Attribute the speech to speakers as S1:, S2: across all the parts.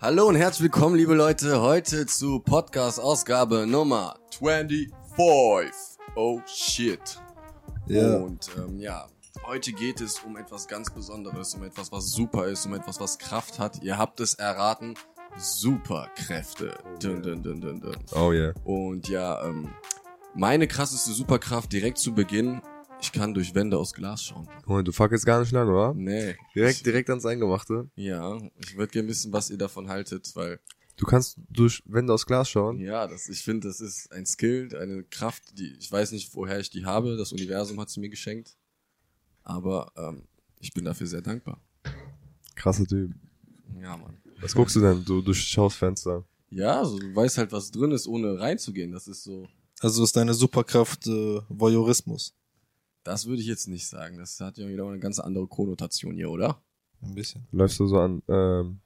S1: Hallo und herzlich willkommen, liebe Leute, heute zu Podcast-Ausgabe Nummer 25. Oh shit.
S2: Ja.
S1: Und ähm, ja, heute geht es um etwas ganz Besonderes, um etwas, was super ist, um etwas, was Kraft hat. Ihr habt es erraten, Superkräfte. Dun, dun, dun, dun, dun.
S2: Oh yeah.
S1: Und ja, ähm, meine krasseste Superkraft direkt zu Beginn, ich kann durch Wände aus Glas schauen.
S2: Moment, du fuck jetzt gar nicht lange, oder?
S1: Nee.
S2: Direkt, direkt ans Eingemachte.
S1: Ja, ich würde gerne wissen, was ihr davon haltet, weil
S2: Du kannst durch Wände aus Glas schauen.
S1: ja, das, ich finde, das ist ein Skill, eine Kraft, die ich weiß nicht, woher ich die habe. Das Universum hat sie mir geschenkt, aber ähm, ich bin dafür sehr dankbar.
S2: Krasser Typ.
S1: Ja, Mann.
S2: Was guckst du denn? Du durchschaust Fenster.
S1: Ja, also du weißt halt, was drin ist, ohne reinzugehen. Das ist so.
S3: Also ist deine Superkraft äh, Voyeurismus.
S1: Das würde ich jetzt nicht sagen. Das hat ja wieder eine ganz andere Konnotation hier, oder?
S3: Ein bisschen.
S2: Läufst du so an ähm,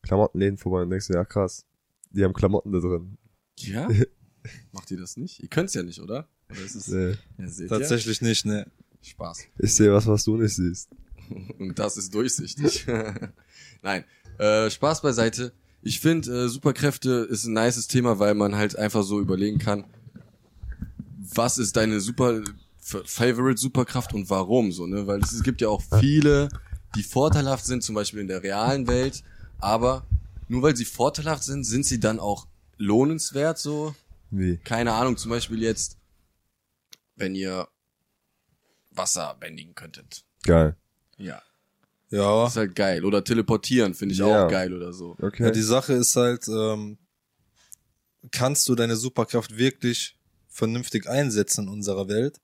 S2: Klamottenläden vorbei und denkst dir, ja krass, die haben Klamotten da drin.
S1: Ja? Macht ihr das nicht? Ihr könnt's ja nicht, oder? Oder ist es.
S2: Äh,
S1: Ja, seht ihr?
S3: Tatsächlich nicht, ne.
S1: Spaß.
S2: ich sehe was, was du nicht siehst.
S1: Und das ist durchsichtig. Nein, äh, Spaß beiseite. Ich finde, äh, Superkräfte ist ein nices Thema, weil man halt einfach so überlegen kann, was ist deine super f- favorite Superkraft und warum so, ne? Weil es, es gibt ja auch viele, die vorteilhaft sind, zum Beispiel in der realen Welt, aber nur weil sie vorteilhaft sind, sind sie dann auch lohnenswert so
S2: Wie?
S1: keine Ahnung, zum Beispiel jetzt, wenn ihr Wasser bändigen könntet.
S2: Geil.
S1: Ja.
S3: Ja.
S1: Ist halt geil. Oder teleportieren finde ich
S2: Ja.
S1: auch geil oder so.
S2: Okay.
S3: ja. Die Sache ist halt, ähm, kannst du deine Superkraft wirklich vernünftig einsetzen in unserer Welt?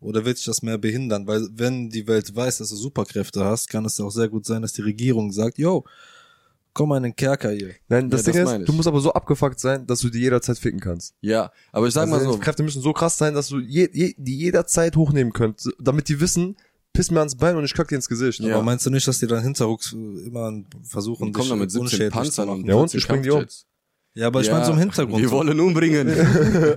S3: Oder wird sich das mehr behindern? Weil wenn die Welt weiß, dass du Superkräfte hast, kann es auch sehr gut sein, dass die Regierung sagt, yo, komm mal in den Kerker hier.
S2: Nein, das
S1: Ja, das
S2: Ding
S1: meine
S2: ist,
S1: ich.
S2: du musst aber so abgefuckt sein, dass du die jederzeit ficken kannst.
S1: Ja, aber ich sag
S2: Also
S1: mal
S2: die
S1: so,
S2: Kräfte müssen so krass sein, dass du je, je, die jederzeit hochnehmen könntest, damit die wissen, piss mir ans Bein und ich kack dir ins Gesicht.
S1: Ja.
S3: Aber meinst du nicht, dass die dann hinterrucks äh, immer versuchen, äh,
S1: und kommen da mit 17
S3: unschädlich zu
S1: Panzern
S3: machen?
S1: und
S2: Ja, und
S1: 14
S2: springen die um.
S1: Kampfjets.
S3: Ja, aber ich
S1: Ja,
S3: meine so im Hintergrund.
S1: Wir
S3: so.
S1: wollen umbringen.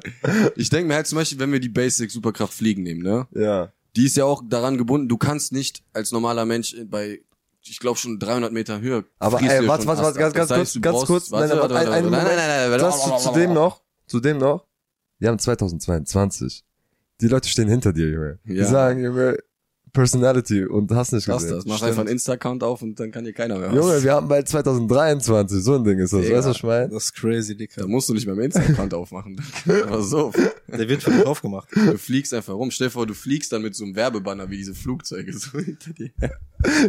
S1: ich denke mir halt zum Beispiel, wenn wir die Basic Superkraft Fliegen nehmen, ne?
S2: Ja.
S1: Die ist ja auch daran gebunden, du kannst nicht als normaler Mensch bei ich glaube schon 300 Meter Höhe.
S2: Aber
S1: frierst du
S2: ey,
S1: ja
S2: warte,
S1: schon
S2: warte,
S1: Ast
S2: warte, ganz,
S1: ab. Das
S2: ganz kurz,
S1: heißt, du
S2: ganz
S1: brauchst-
S2: kurz.
S1: Warte,
S2: nein,
S1: warte,
S2: ein-
S1: warte,
S2: ein
S1: warte. nein,
S2: Moment.
S1: nein, nein, nein.
S2: Das zu, zu dem noch, zu dem noch. Wir haben 2022. Die Leute stehen hinter dir, Junge. Die
S1: Ja.
S2: sagen, Junge, Personality und hast nicht
S1: Lass
S2: gesehen.
S1: das, mach
S2: Stimmt.
S1: einfach einen Insta-Account auf und dann kann dir keiner mehr was.
S2: Junge, wir haben bald 2023. So ein Ding ist das.
S1: Digga.
S2: Weißt du, was ich meine?
S3: Das ist crazy,
S1: Da
S3: Dicker.
S1: musst du nicht mehr Insta-Account aufmachen. Aber so,
S3: Der wird für dich aufgemacht.
S1: du fliegst einfach rum. Stell dir vor, du fliegst dann mit so einem Werbebanner wie diese Flugzeuge so hinter dir.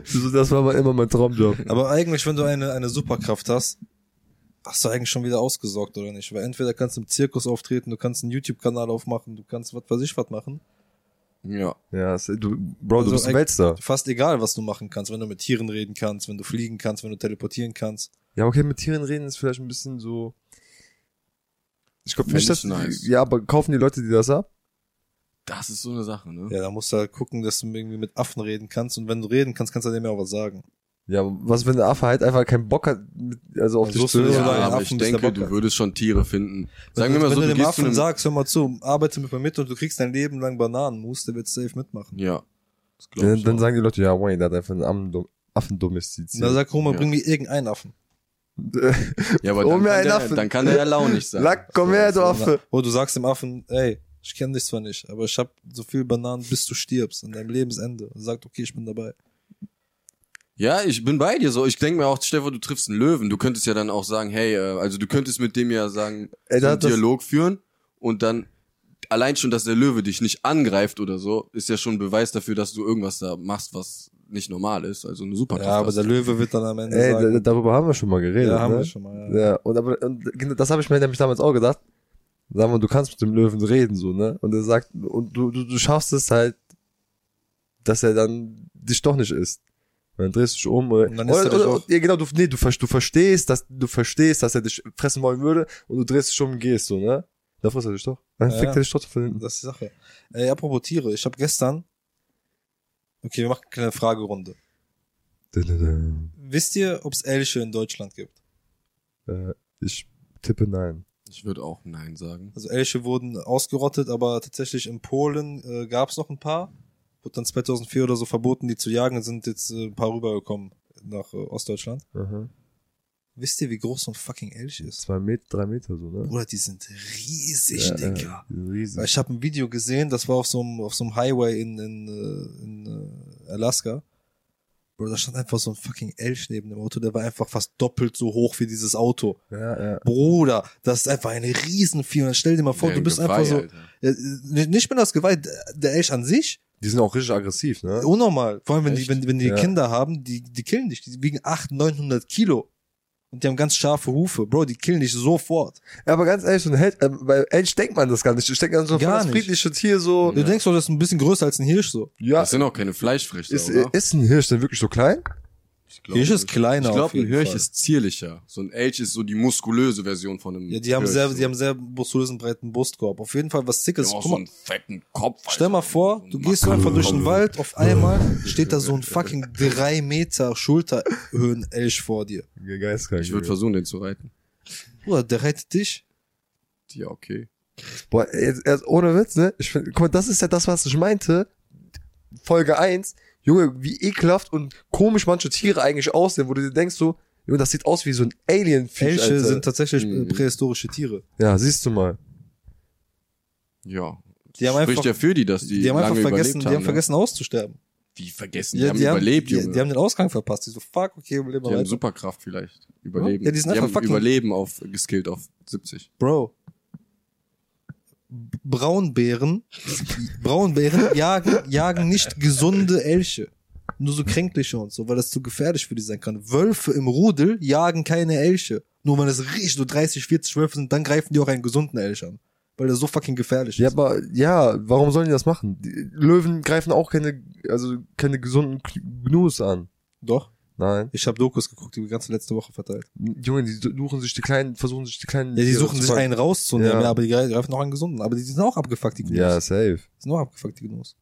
S2: So, Das war mal immer mein Traumjob.
S1: Genau.
S3: Aber eigentlich, wenn du eine, eine Superkraft hast, hast du eigentlich schon wieder ausgesorgt, oder nicht? Weil entweder kannst du im Zirkus auftreten, du kannst einen YouTube-Kanal aufmachen, du kannst was weiß ich was machen.
S1: Ja.
S2: Ja, es- du, Bro, du
S3: Also,
S2: bist ein
S3: ey-
S2: Weltstar.
S3: Fast egal, was du machen kannst, wenn du mit Tieren reden kannst, wenn du fliegen kannst, wenn du teleportieren kannst.
S2: Ja, okay, mit Tieren reden ist vielleicht ein bisschen so. Ich glaube
S1: Fänd
S2: nicht, dass.
S1: ich nice.
S2: Ja, aber kaufen die Leute die das ab?
S1: Das ist so eine Sache, ne?
S3: Ja, da musst du halt gucken, dass du irgendwie mit Affen reden kannst und wenn du reden kannst, kannst du dem ja auch was sagen.
S2: Ja, aber was, wenn der Affe halt einfach keinen Bock hat, mit- also auf
S3: Dann
S2: dich
S3: suchst
S2: zu
S3: du dir
S1: Ja,
S3: so lange
S2: hören?
S1: aber
S3: Affen,
S1: ich
S3: bis der
S1: denke,
S3: Bock
S1: du
S3: hat.
S1: würdest schon Tiere finden. Sagen
S3: wenn
S1: wir mal
S3: wenn
S1: so,
S3: du
S1: du
S3: dem
S1: gehst zu
S3: Affen
S1: einem...
S3: sagst, hör mal zu, arbeite mit mir mit und du kriegst dein Leben lang Bananenmus, der wird safe mitmachen.
S1: ja. Das glaub
S2: Dann,
S1: ich
S2: dann
S1: auch.
S2: sagen die Leute, ja, Wayne, der hat einfach einen Affen, dom- Affen domestiziert.
S3: Na sag, Homer,
S1: Ja.
S3: bring mir irgendeinen Affen.
S1: ja, aber dann
S2: hol
S1: kann,
S2: mir einen
S1: der,
S2: Affen.
S1: dann kann der ja launig sein.
S2: Lack, komm her, du Also Affe.
S3: Wo du sagst dem Affen, ey, ich kenne dich zwar nicht, aber ich hab so viel Bananen, bis du stirbst, an deinem Lebensende. Und sagt, okay, ich bin dabei.
S1: Ja, ich bin bei dir so. Ich denke mir auch, Stefan, du triffst einen Löwen. Du könntest ja dann auch sagen, hey, äh, also du könntest mit dem ja sagen,
S2: Ey,
S1: so
S2: da
S1: einen
S2: hat das,
S1: Dialog führen und dann allein schon, dass der Löwe dich nicht angreift oder so, ist ja schon ein Beweis dafür, dass du irgendwas da machst, was nicht normal ist. Also eine Superkraft.
S3: Ja, aber
S1: hast.
S3: der Löwe wird dann am Ende
S2: ey, da-
S3: sagen,
S2: darüber haben wir schon mal geredet,
S3: ja, haben
S2: ne?
S3: wir schon mal. Ja.
S2: Ja, und, aber, und genau das habe ich mir nämlich damals auch gedacht. Sag mal, du kannst mit dem Löwen reden, so, ne? Und er sagt, und du, du, du schaffst es halt, dass er dann dich doch nicht isst. Und dann drehst du dich um. Oder,
S3: Und dann isst er dich
S2: oder, oder,
S3: auch.
S2: ja, genau, du, nee, du, ver- du verstehst, dass du verstehst, dass er dich fressen wollen würde und du drehst dich um und gehst, so, ne? Da frisst er dich doch. Dann
S3: Ja,
S2: fickt
S3: ja.
S2: er dich doch von hinten.
S3: Das ist die Sache. Ey, apropos Tiere, ich habe gestern. Okay, wir machen eine kleine Fragerunde.
S2: Dun-dun-dun.
S3: Wisst ihr, ob es Elche in Deutschland gibt?
S2: Äh, ich tippe nein.
S1: ich würde auch Nein sagen.
S3: Also Elche wurden ausgerottet, aber tatsächlich in Polen äh, gab es noch ein paar. Wurde dann 2004 oder so
S2: Mhm.
S3: verboten, die zu jagen, und sind jetzt äh, ein paar rübergekommen nach äh, Ostdeutschland. Wisst ihr, wie groß so ein fucking Elch ist?
S2: Zwei Meter, drei Meter so, ne?
S3: Bruder, die sind riesig,
S2: Ja, ja,
S3: Digga.
S2: die sind riesig.
S3: Ich habe ein Video gesehen, das war auf so einem, auf so einem Highway in, in, äh, in äh, Alaska. Bro, da stand einfach so ein fucking Elch neben dem Auto, der war einfach fast doppelt so hoch wie dieses Auto.
S2: Ja, ja.
S3: Bruder, das ist einfach eine Riesenvieh. Stell dir mal vor,
S1: Ja,
S3: du bist
S1: Geweih,
S3: einfach so.
S1: Alter.
S3: Ja, äh, nicht mehr das Geweih, der- der Elch an sich,
S2: Die sind auch richtig aggressiv, ne?
S3: unnormal. Vor allem, wenn die,
S2: Echt?
S3: wenn, wenn die
S2: Ja.
S3: Kinder haben, die, die killen dich. Die wiegen 800, 900 Kilo. Und die haben ganz scharfe Hufe. Bro, die killen dich sofort.
S2: Ja, aber ganz ehrlich, so ein Held, äh, bei Elch denkt man das gar nicht. Ich denke an so ein
S3: Gar
S2: voll das
S3: nicht.
S2: friedliche Tier so.
S3: Du denkst doch, das ist ein bisschen größer als ein Hirsch so.
S2: Ja,
S1: Das sind auch keine Fleischfresser,
S2: ist, äh,
S1: oder?
S2: ist ein Hirsch denn wirklich so klein?
S1: Ich
S3: Hirsch äh, ist
S1: Ich
S3: kleiner. auf
S1: glaube, ein
S3: jeden
S1: Hirsch
S3: Fall.
S1: ist zierlicher. So ein Elch ist so die muskulöse Version von einem
S3: Ja, die haben
S1: Hirsch,
S3: sehr,
S1: so.
S3: die haben sehr muskulösen, breiten Brustkorb. Auf jeden Fall was Sickes.
S1: Die haben auch
S3: Guck
S1: so
S3: mal,
S1: einen fetten Kopf. Alter.
S3: stell mal vor,
S1: So einen
S3: du gehst so einfach durch den
S1: Makaronkopf.
S3: Wald, auf einmal steht da so ein fucking drei Meter Schulterhöhenelch vor dir.
S2: Geistkrank.
S1: Ich würde versuchen, den zu reiten.
S3: Bruder, der rettet dich.
S1: Ja, okay.
S2: Boah, jetzt, jetzt, ohne Witz, ne? Ich find, guck mal, das ist ja das, was ich meinte. Folge 1. Junge, wie ekelhaft und komisch manche Tiere eigentlich aussehen, wo du dir denkst so, Junge, das sieht aus wie so ein alien
S3: Elche
S2: Alter.
S3: sind tatsächlich äh,
S1: Mhm.
S3: prähistorische Tiere.
S2: Ja, siehst du mal.
S1: Ja.
S3: Die haben
S1: Spricht
S3: einfach,
S1: ja für die, dass die,
S3: die haben
S1: lange
S3: einfach vergessen,
S1: überlebt
S3: die
S1: haben.
S3: haben
S1: ne?
S3: vergessen auszusterben.
S1: Die vergessen, die, haben überlebt,
S3: die,
S1: Junge.
S3: die haben den Ausgang verpasst. Die so, fuck, okay, wir leben
S1: Die haben
S3: weiter.
S1: Superkraft vielleicht. Überleben.
S3: Ja, die sind einfach
S1: haben
S3: fucking-
S1: Überleben auf, geskillt auf 70.
S3: Bro. B- Braunbären, Braunbären jagen, jagen nicht gesunde Elche. Nur so kränkliche und so, weil das zu gefährlich für die sein kann. Wölfe im Rudel jagen keine Elche. Nur wenn es richtig so 30, 40 Wölfe sind, dann greifen die auch einen gesunden Elch an. Weil der so fucking gefährlich
S2: Ja,
S3: ist.
S2: aber ja, warum sollen die das machen? Die Löwen greifen auch keine, also keine gesunden K- Gnus an.
S3: Doch.
S2: Nein.
S3: Ich habe Dokus geguckt, die die ganze letzte Woche verteilt.
S2: Junge, die suchen sich die kleinen, versuchen sich die kleinen.
S3: Ja, die
S2: Tiere
S3: suchen
S2: zu
S3: sich
S2: fangen.
S3: einen rauszunehmen,
S2: Ja.
S3: ja. aber die greifen auch einen gesunden. Aber die sind auch abgefuckt, die Gnus.
S2: Ja, safe.
S3: sind auch abgefuckt, die Gnus.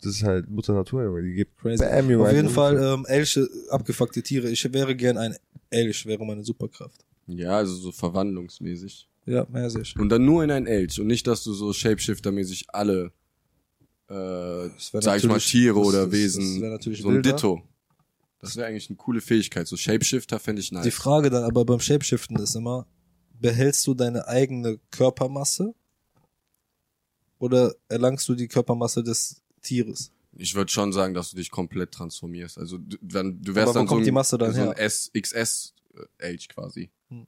S2: Das ist halt Mutter Natur, Junge. Die gibt
S3: Crazy.
S2: Bam, Junge,
S3: Auf jeden
S2: einen
S3: Fall
S2: Unfall.
S3: ähm, Elche, abgefuckte Tiere. Ich wäre gern ein Elch, wäre meine Superkraft.
S1: Ja, also so verwandlungsmäßig.
S3: Ja, mehr sehr schön.
S1: Und dann nur in ein Elch. Und nicht, dass du so Shapeshifter-mäßig alle, äh,
S3: wär
S1: sag ich mal,
S3: natürlich-
S1: Tiere
S3: das-
S1: oder
S3: das-
S1: Wesen.
S3: das wär natürlich
S1: so ein
S3: wilder.
S1: Ditto. Das wäre eigentlich eine coole Fähigkeit. So Shapeshifter fände ich nice.
S3: Die Frage dann aber beim Shapeshiften ist immer, behältst du deine eigene Körpermasse oder erlangst du die Körpermasse des Tieres?
S1: ich würde schon sagen, dass du dich komplett transformierst. Also du, dann, du wärst
S3: Aber wo
S1: dann so
S3: kommt
S1: ein,
S3: die Masse dann
S1: so ein
S3: her?
S1: S, XS Age quasi.
S3: Hm.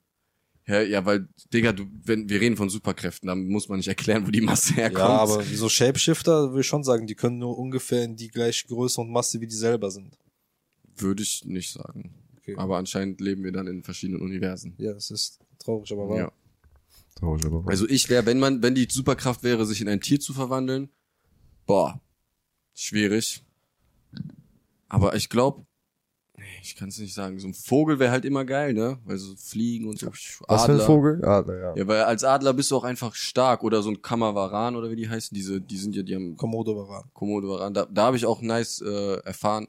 S1: Ja, ja, weil, Digga, du, wenn, wir reden von Superkräften, dann muss man nicht erklären, wo die Masse herkommt.
S3: so Shapeshifter würde ich schon sagen, die können nur ungefähr in die gleiche Größe und Masse wie die selber sind.
S1: Würde ich nicht sagen.
S3: Okay.
S1: Aber anscheinend leben wir dann in verschiedenen Universen.
S3: Ja, das ist traurig, aber wahr.
S1: Ja.
S2: Traurig, aber wahr.
S1: Also ich wäre, wenn man, wenn die Superkraft wäre, sich in ein Tier zu verwandeln, boah, schwierig. Aber ich glaube, nee, ich kann es nicht sagen. So ein Vogel wäre halt immer geil, ne? Weil so Fliegen und so.
S2: Was für ein Vogel? Adler, ja.
S1: Ja, weil als Adler bist du auch einfach stark oder so ein Kammerwaran oder wie die heißen, diese, die sind ja, die haben
S3: Komodo war
S1: Komodowaran. Da, da habe ich auch nice äh, erfahren,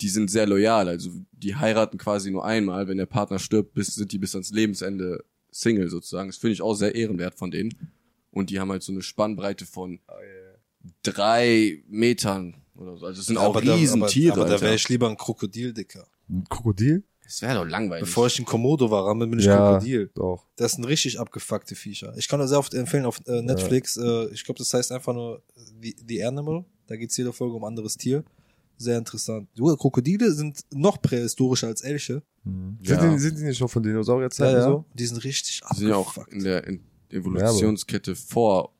S1: die sind sehr loyal. Also die heiraten quasi nur einmal, wenn der Partner stirbt, bis, sind die bis ans Lebensende Single sozusagen. Das finde ich auch sehr ehrenwert von denen. Und die haben halt so eine Spannbreite von
S2: Ah,
S1: drei Metern oder so. Also es sind auch Riesentiere.
S3: Aber, aber da
S1: Alter.
S3: wäre ich lieber ein Krokodil, Dicker.
S2: Ein Krokodil?
S1: das wäre doch langweilig.
S3: Bevor ich ein Komodo war, bin ich
S2: Ja.
S3: Krokodil.
S2: Doch.
S3: Das sind richtig abgefuckte Viecher. Ich kann das sehr oft empfehlen auf äh, Netflix. Äh, ich glaube, das heißt einfach nur The, The Animal. Da geht's jede Folge um ein anderes Tier. Sehr interessant. Du, Krokodile sind noch prähistorischer als Elche.
S1: Ja.
S2: Sind, die, sind die nicht noch von Dinosaurierzeiten so?
S3: Die sind richtig
S1: die sind ja auch
S3: abgefuckt.
S1: in der in Evolutionskette vor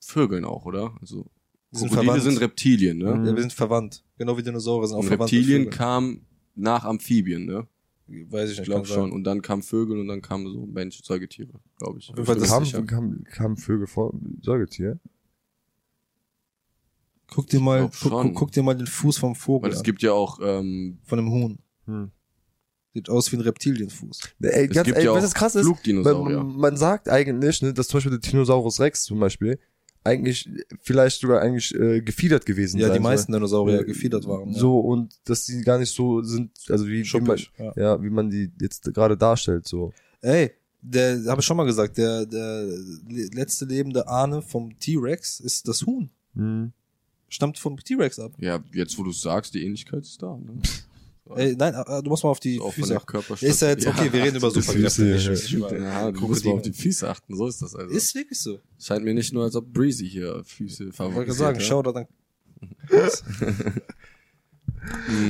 S1: Vögeln auch, oder? Also
S3: Die sind
S1: Krokodile
S3: verwandt.
S1: sind Reptilien, ne?
S2: Mhm.
S3: ja, wir sind verwandt. Genau wie Dinosaurier sind auch
S1: Und
S3: verwandt.
S1: Reptilien
S3: mit
S1: kam nach Amphibien, ne?
S3: Vögeln. Weiß ich
S1: Ich
S3: nicht.
S1: glaube
S3: kann sein.
S1: schon. Und dann kamen Vögel und dann kamen so Mensch, Säugetiere, glaube ich.
S3: Auf jeden Fall das-
S1: sicher.
S2: Kamen kam, kam Vögel vor? Säugetier?
S3: Guck dir mal,
S1: glaub
S3: guck,
S1: schon.
S3: guck, guck dir mal den Fuß vom
S1: Weil
S3: Vogel
S1: es
S3: an.
S1: gibt ja auch, ähm,
S3: Von einem Huhn.
S2: Hm.
S3: Sieht aus wie ein Reptilienfuß.
S2: Ne, Ey,
S1: es
S2: ganz,
S1: gibt
S2: ey,
S1: ja auch
S2: was das krass ist,
S1: Flugdinosaurier.
S2: man, man sagt eigentlich, ne, dass zum Beispiel der Tyrannosaurus Rex zum Beispiel eigentlich vielleicht sogar eigentlich äh, gefiedert gewesen
S3: Ja,
S2: sein
S3: die
S2: soll.
S3: meisten Dinosaurier
S2: Äh,
S3: gefiedert waren. ja.
S2: So, und dass die gar nicht so sind, also wie, wie man,
S3: schuppig. Ja.
S2: ja, wie man die jetzt gerade darstellt, so.
S3: Ey, der, habe ich schon mal gesagt, der, der le- letzte lebende Ahne vom T-Rex ist das Huhn.
S2: Mhm.
S3: Stammt vom T-Rex ab.
S1: ja, jetzt wo du sagst, die Ähnlichkeit ist da, ne?
S3: Ey, nein, ah, du musst mal auf die
S1: Auch von
S3: Füße
S1: der
S3: achten. Ist ja jetzt, okay, wir reden über
S2: das
S3: Superkräfte.
S2: Füße,
S3: nicht-
S2: ja.
S3: nicht über
S1: Ja, du musst mal
S3: Krokodile.
S1: auf die Füße achten, so ist das also.
S3: Ist wirklich so.
S1: Scheint mir nicht nur, als ob Breezy hier Füße
S3: Ich wollte
S1: favorisiert
S3: gerade sagen,
S1: hat.
S3: schau da dann.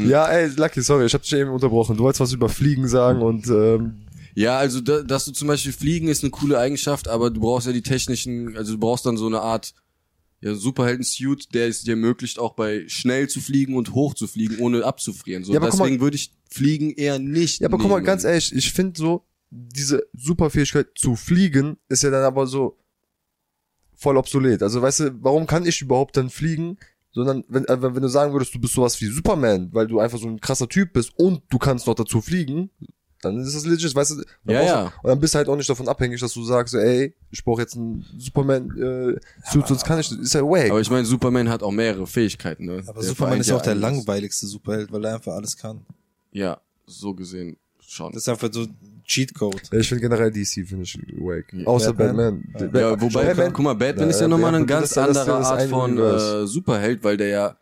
S1: Mhm.
S2: Ja, ey, Lucky, sorry, ich hab dich eben unterbrochen. Du wolltest was über Fliegen sagen und ähm,
S1: Ja, also da, dass du zum Beispiel fliegen ist eine coole Eigenschaft, aber du brauchst ja die technischen, also du brauchst dann so eine Art ja, Superhelden-Suit, der es dir ermöglicht, auch bei schnell zu fliegen und hoch zu fliegen, ohne abzufrieren. So,
S2: Ja, aber guck mal-
S1: deswegen würde ich fliegen eher nicht.
S2: ja, aber guck mal,
S1: nehmen.
S2: ganz ehrlich, ich finde so, diese Superfähigkeit zu fliegen ist ja dann aber so voll obsolet. Also weißt du, warum kann ich überhaupt dann fliegen? Sondern wenn, äh, wenn wenn du sagen würdest, du bist sowas wie Superman, weil du einfach so ein krasser Typ bist und du kannst noch dazu fliegen, dann ist das legit, weißt du? Dann
S1: Ja,
S2: brauchst du-
S1: ja.
S2: Und dann bist du halt auch nicht davon abhängig, dass du sagst, so, ey, ich brauche jetzt einen Superman-Suit, sonst kann ich, das ist ja wack.
S1: Aber ich meine, Superman hat auch mehrere Fähigkeiten, ne?
S3: Aber
S1: Der
S3: Superman
S1: vereint
S3: ist
S1: ja
S3: auch der
S1: einiges.
S3: langweiligste Superheld, weil er einfach alles kann.
S1: Ja, so gesehen schon.
S3: Das ist einfach so ein Cheatcode.
S2: Ja, ich finde generell DC, finde ich, wack.
S1: Ja.
S2: Außer
S3: Batman.
S2: Batman.
S3: Ja.
S1: ja, wobei,
S2: Batman-
S1: guck mal, Batman
S2: Ja,
S1: ist ja nochmal
S2: Batman-
S1: eine
S2: das
S1: ganz
S2: ist alles-
S1: andere
S2: das ist
S1: Art
S2: ein
S1: von äh,
S2: Universe.
S1: Superheld, weil der ja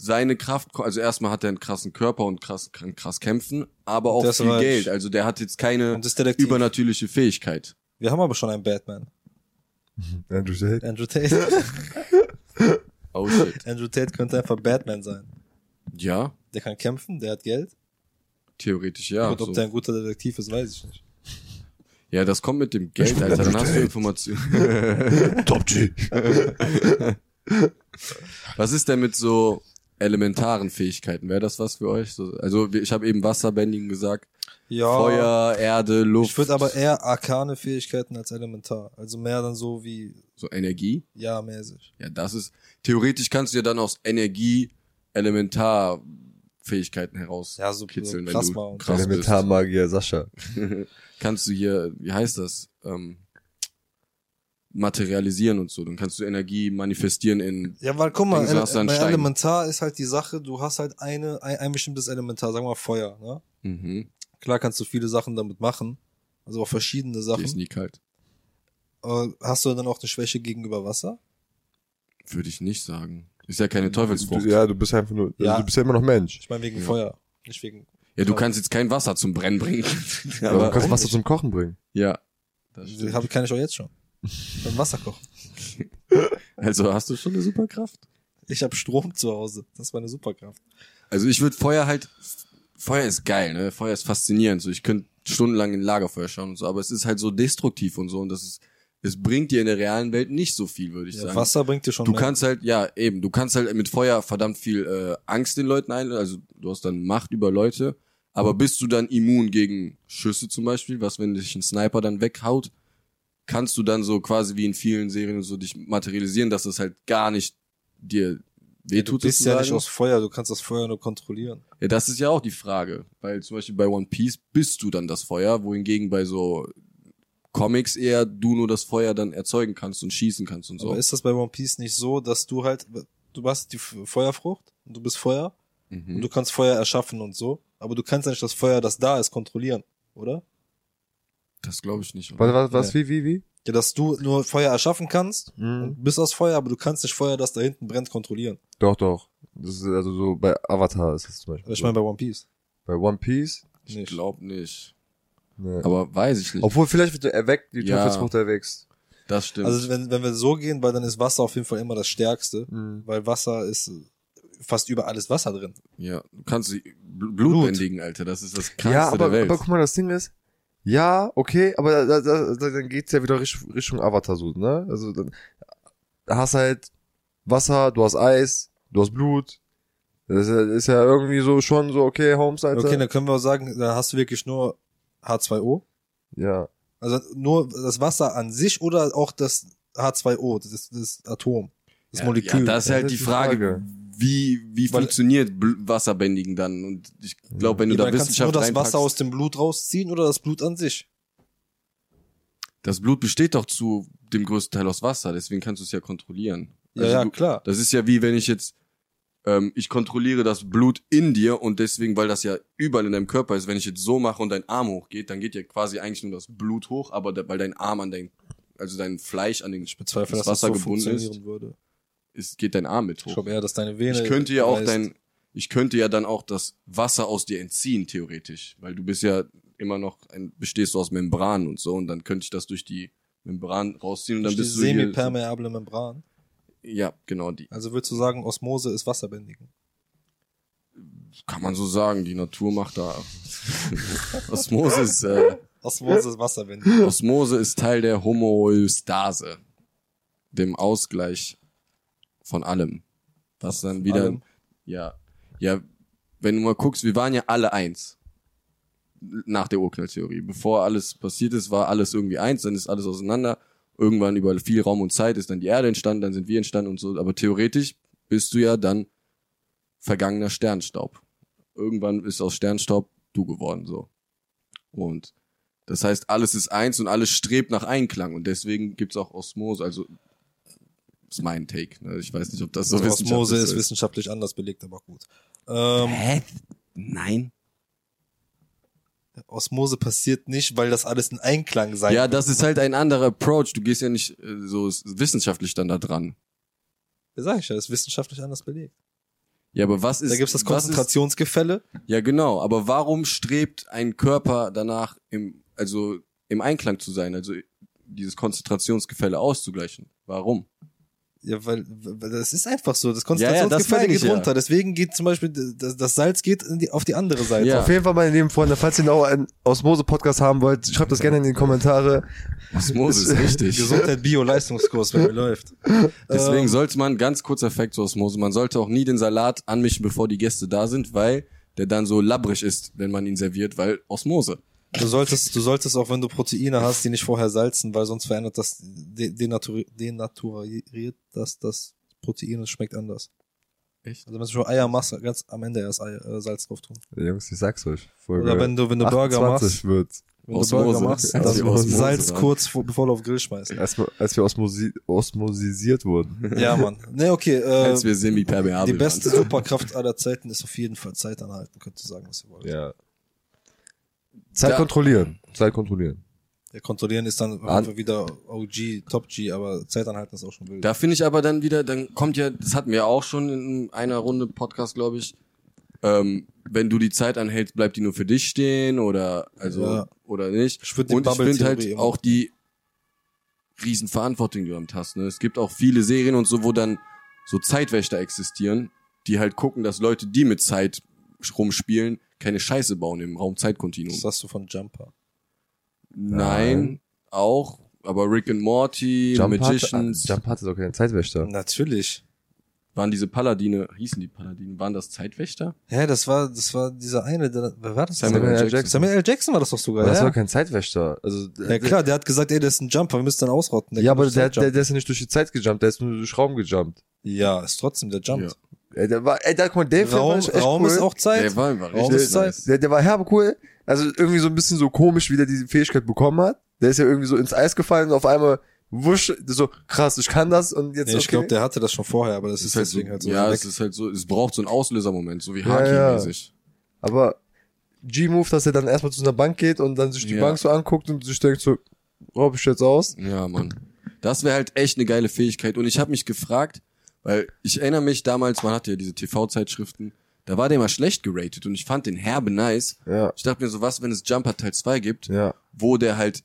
S1: seine Kraft, ko- also erstmal hat er einen krassen Körper und krass, kann krass kämpfen, aber auch
S3: Das
S1: viel
S3: weiß ich.
S1: Geld. Also der hat jetzt keine
S3: Und das ist Detektiv.
S1: übernatürliche Fähigkeit.
S3: Wir haben aber schon einen Batman.
S2: Andrew Tate.
S3: Andrew Tate.
S1: Oh shit.
S3: Andrew Tate könnte einfach Batman sein.
S1: Ja,
S3: Der kann kämpfen, der hat Geld.
S1: theoretisch ja.
S3: Und ob
S1: So.
S3: der ein guter Detektiv ist, weiß ich nicht.
S1: Ja, das kommt mit dem Geld, Alter. Dann hast du Informationen.
S2: Top G.
S1: Was ist denn mit so elementaren Fähigkeiten? Wäre das was für euch? So, also wir- ich habe eben Wasserbändigen gesagt.
S3: Ja.
S1: Feuer, Erde, Luft.
S3: Ich würde aber eher arkane Fähigkeiten als elementar. Also mehr dann so wie
S1: so Energie.
S3: ja mäßig.
S1: Ja, das ist. Theoretisch kannst du ja dann aus Energie Elementarfähigkeiten heraus
S3: Ja, so
S1: kitzeln, wenn
S3: so Plasma
S1: du
S3: und
S1: krass bist.
S2: Elementarmagier Sascha.
S1: Kannst du hier, wie heißt das? Ähm, materialisieren und so. Dann kannst du Energie manifestieren in.
S3: Ja, weil guck mal,
S1: Dings
S3: ele
S1: hast du dann
S3: bei
S1: Stein.
S3: Elementar ist halt die Sache, du hast halt eine, ein, ein bestimmtes Elementar, sagen wir mal Feuer, ne?
S1: Mhm.
S3: Klar kannst du viele Sachen damit machen, also auch verschiedene
S1: Die ist
S3: Sachen.
S1: nie kalt.
S3: Aber hast du dann auch eine Schwäche gegenüber Wasser?
S1: Würde ich nicht sagen. Ist ja keine Teufelsfrucht.
S2: Du, ja, du bist einfach nur,
S3: Ja.
S2: also du bist ja immer noch Mensch.
S3: Ich meine wegen
S1: Ja.
S3: Feuer, nicht wegen.
S1: Ja, du kannst jetzt kein Wasser zum Brennen bringen.
S2: Ja, aber du
S1: Aber,
S2: kannst Wasser zum Kochen bringen.
S1: ja. Das stimmt.
S3: Hab, kann ich auch jetzt schon. Beim Wasser kochen.
S1: Also hast du schon eine Superkraft?
S3: Ich habe Strom zu Hause. Das ist meine Superkraft.
S1: Also ich würde Feuer halt. Feuer ist geil, ne? Feuer ist faszinierend. So, ich könnte stundenlang in Lagerfeuer schauen und so, aber es ist halt so destruktiv und so. Und das ist. Es bringt dir in der realen Welt nicht so viel, würde ich
S3: Ja,
S1: sagen.
S3: Wasser bringt dir schon ne?
S1: Du
S3: mehr.
S1: kannst halt, ja, eben, du kannst halt mit Feuer verdammt viel äh, Angst den Leuten ein, also du hast dann Macht über Leute, aber bist du dann immun gegen Schüsse zum Beispiel, was wenn dich ein Sniper dann weghaut, kannst du dann so quasi wie in vielen Serien und so dich materialisieren, dass das halt gar nicht dir wehtut.
S3: du bist ja nicht
S1: sozusagen.
S3: aus Feuer, du kannst das Feuer nur kontrollieren.
S1: Ja, das ist ja auch die Frage. Weil zum Beispiel bei One Piece bist du dann das Feuer, wohingegen bei so Comics eher du nur das Feuer dann erzeugen kannst und schießen kannst und so.
S3: Aber ist das bei One Piece nicht so, dass du halt, du hast die F- Feuerfrucht und du bist Feuer und
S1: mhm.
S3: du kannst Feuer erschaffen und so, aber du kannst ja nicht das Feuer, das da ist, kontrollieren, oder?
S1: Das glaube ich nicht.
S2: Was, was, was wie, wie, wie?
S3: Ja, dass du nur Feuer erschaffen kannst,
S2: Mhm.
S1: Hm.
S3: und bist aus Feuer, aber du kannst nicht Feuer, das da hinten brennt, kontrollieren.
S2: Doch, doch. Das ist also so, bei Avatar ist das zum Beispiel.
S3: Aber Also ich meine bei One Piece.
S2: so. bei One Piece.
S1: Ich
S3: Nicht.
S1: glaube nicht.
S2: Ne.
S1: Aber weiß ich nicht.
S2: Obwohl, vielleicht wird er erweckt, die
S1: Ja.
S2: Teufelsfrucht erwächst.
S1: das stimmt.
S3: Also wenn, wenn wir so gehen, weil dann ist Wasser auf jeden Fall immer das Stärkste,
S2: Mhm.
S3: weil Wasser ist äh, fast über alles Wasser drin.
S1: ja, du kannst sie bl- blutbändigen, Alter. Das ist das krasseste
S2: Ja, aber,
S1: der Welt.
S2: aber guck mal, das Ding ist, ja, okay, aber da, da, da, da- dann geht's ja wieder Richtung, Richtung Avatar so, ne? Also dann hast halt Wasser, du hast Eis, du hast Blut. Das ist ja- ist ja irgendwie so schon so, okay, Holmes, Alter.
S3: Okay, dann können wir auch sagen, dann hast du wirklich nur H2O.
S2: ja.
S3: Also nur das Wasser an sich oder auch das H2O, das, das Atom, das
S1: ja,
S3: Molekül.
S1: Ja, das ist
S2: Ja,
S1: halt
S2: das
S1: die
S2: ist die
S1: Frage,
S2: Frage.
S1: wie, wie
S3: Weil-
S1: funktioniert Bl- Wasserbändigen dann? Und ich glaube, wenn
S3: Ja,
S1: du da
S3: aber kannst du nur
S1: Wissenschaft
S3: das
S1: reinpackst,
S3: Wasser aus dem Blut rausziehen oder das Blut an sich?
S1: das Blut besteht doch zu dem größten Teil aus Wasser, deswegen kannst du es ja kontrollieren.
S3: Ja,
S1: Also
S3: ja,
S1: du,
S3: klar.
S1: Das ist ja wie wenn ich jetzt, ähm, ich kontrolliere das Blut in dir und deswegen, weil das ja überall in deinem Körper ist, wenn ich jetzt so mache und dein Arm hochgeht, dann geht ja quasi eigentlich nur das Blut hoch, aber da, weil dein Arm an dein, also dein Fleisch an den
S3: Ich bezweifle,
S1: das
S3: dass
S1: Wasser
S3: das so
S1: gebunden ist,
S3: funktionieren würde.
S1: ist, geht dein Arm mit
S3: Ich
S1: hoch.
S3: glaube eher, dass deine
S1: Ich,
S3: Vene.
S1: könnte ja auch
S3: reißt.
S1: dein, ich könnte ja dann auch das Wasser aus dir entziehen, theoretisch. Weil du bist ja immer noch, ein, bestehst du aus Membranen und so und dann könnte ich das durch die Membran rausziehen und dann
S3: Durch die
S1: bist du hier,
S3: semipermeable Membran.
S1: Ja, genau, die
S3: Also würdest du sagen, Osmose ist Wasserbändigen.
S1: kann man so sagen, die Natur macht da. Osmose ist, äh,
S3: Osmose ist Wasserbändigen.
S1: Osmose ist Teil der Homöostase, dem Ausgleich von allem. Was dann wieder,
S3: allem?
S1: ja, ja, wenn du mal guckst, wir waren ja alle eins. Nach der Urknalltheorie. Bevor alles passiert ist, war alles irgendwie eins, dann ist alles auseinander. Irgendwann über viel Raum und Zeit ist dann die Erde entstanden, dann sind wir entstanden und so. Aber theoretisch bist du ja dann vergangener Sternstaub. Irgendwann ist aus Sternstaub du geworden, so. Und das heißt, alles ist eins und alles strebt nach Einklang und deswegen gibt's auch Osmose. Also ist mein Take. Ne? Ich weiß nicht, ob das so
S3: Also Osmose
S1: wissenschaftlich
S3: ist wissenschaftlich anders belegt, aber gut. Ähm,
S1: Hä? Nein.
S3: Osmose passiert nicht, weil das alles in Einklang sein
S1: Ja, das ist halt ein anderer Approach. Du gehst ja nicht äh, so s- wissenschaftlich dann da dran.
S3: Ja, Sag ich ja, ist wissenschaftlich anders belegt.
S1: Ja, aber was ist
S3: Da gibt's das
S1: was ist-
S3: Konzentrationsgefälle.
S1: Ja, genau. Aber warum strebt ein Körper danach, im, also im Einklang zu sein, also dieses Konzentrationsgefälle auszugleichen? Warum?
S3: Ja, weil, weil das ist einfach so.
S1: Ja, ja,
S3: Das
S1: das
S3: Konzentrationsgefälle
S1: meine ich
S3: geht
S1: ja.
S3: runter. Deswegen geht zum Beispiel das, das Salz geht in die, auf die andere Seite.
S1: Ja.
S2: Auf jeden Fall, meine lieben Freunde, falls ihr noch einen Osmose-Podcast haben wollt, schreibt das gerne in die Kommentare.
S1: Osmose ist wichtig.
S3: Gesundheit Bio Leistungskurs, wenn mir läuft.
S1: Deswegen
S3: Ähm,
S1: sollte man, ganz kurzer Fact zur Osmose, man sollte auch nie den Salat anmischen, bevor die Gäste da sind, weil der dann so labbrig ist, wenn man ihn serviert, weil Osmose.
S3: du solltest du solltest auch wenn du Proteine hast, die nicht vorher salzen, weil sonst verändert das de- denaturi- denaturiert das das Protein und es schmeckt anders.
S1: Echt?
S3: Also wenn du schon Eiermasse ganz am Ende erst Ei, äh, Salz drauf tun.
S2: Jungs, ich sag's euch. Folge
S3: Oder wenn du wenn du Burger machst,
S2: 28 wird's.
S3: wenn du
S1: Osmose.
S3: Burger machst,
S1: Also
S3: dass
S1: die
S3: du
S1: Osmose
S3: Salz
S1: dann.
S3: kurz vor, bevor du auf den Grill schmeißt.
S2: Als, wir- als wir osmosi osmosisiert wurden.
S3: Ja, Mann. Nee, okay. Äh,
S1: als wir semi-permeabel
S3: Die beste
S1: waren.
S3: Superkraft aller Zeiten ist auf jeden Fall Zeit anhalten, könnt ihr sagen, was ihr wollt.
S2: Ja. Zeit
S1: Da-
S2: kontrollieren. Zeit kontrollieren.
S3: Der Kontrollieren ist dann
S2: An-
S3: einfach wieder OG, Top G, aber Zeit anhalten ist auch schon wild.
S1: Da finde ich aber dann wieder, dann kommt ja, das hatten wir auch schon in einer Runde Podcast, glaube ich, ähm, wenn du die Zeit anhältst, bleibt die nur für dich stehen oder also
S3: Ja.
S1: oder nicht.
S3: Ich würd die
S1: Und ich finde
S3: Bubble-Theorie
S1: halt
S3: immer.
S1: auch die Riesenverantwortung, die du damit hast. Ne? Es gibt auch viele Serien und so, wo dann so Zeitwächter existieren, die halt gucken, dass Leute, die mit Zeit rumspielen, keine Scheiße bauen im Raum Zeitkontinuum.
S3: Das hast du von Jumper.
S1: Nein, auch, aber Rick and Morty, Magicians.
S3: äh,
S2: Hatte, Jump hatte doch keinen Zeitwächter.
S3: Natürlich.
S1: Waren diese Paladine, hießen die Paladine, waren das Zeitwächter?
S3: Hä, das war, das war dieser eine, der, wer war das?
S1: Samuel
S2: L.
S3: Samuel,
S2: Jackson.
S3: Samuel L. Jackson war das doch sogar,
S2: Aber das
S3: ja?
S2: war kein Zeitwächter. Also,
S3: Ja klar, der hat gesagt, ey, das ist ein Jumper, wir müssen dann ausrotten.
S2: ja,
S3: kann
S2: aber
S3: nicht
S2: der, der,
S3: jumpen.
S2: der ist ja nicht durch die Zeit gejumpt, der ist nur durch Raum gejumpt.
S3: ja, ist trotzdem der Jump.
S1: Ja.
S2: Ey, der war, ey, da, guck mal, der Film war
S3: Raum,
S2: echt
S3: Raum
S2: cool.
S3: ist auch Zeit.
S1: Der war, war
S3: Raum
S1: richtig
S3: ist Zeit.
S1: nice.
S2: Der, der war herbe cool. Also irgendwie so ein bisschen so komisch, wie der diese Fähigkeit bekommen hat. Der ist ja irgendwie so ins Eis gefallen und auf einmal wusch, so krass, ich kann das und jetzt
S3: nee, Ich glaube, der hatte das schon vorher, aber das ist, deswegen halt so.
S1: ja,
S3: weg.
S1: es ist halt so, es braucht so einen Auslösermoment, so wie
S2: Ja, ja.
S1: Haki-mäßig.
S2: Aber G-Move, dass er dann erstmal zu einer Bank geht und dann sich die
S1: Ja.
S2: Bank so anguckt und sich denkt so, rob ich jetzt aus?
S1: Ja. Mann. Das wäre halt echt eine geile Fähigkeit. Und ich habe mich gefragt, weil ich erinnere mich damals, man hatte ja diese TV-Zeitschriften, da war der mal schlecht geratet und ich fand den herbe nice.
S2: Ja.
S1: Ich dachte mir so, was, wenn es Jumper Teil 2 gibt,
S2: Ja.
S1: wo der halt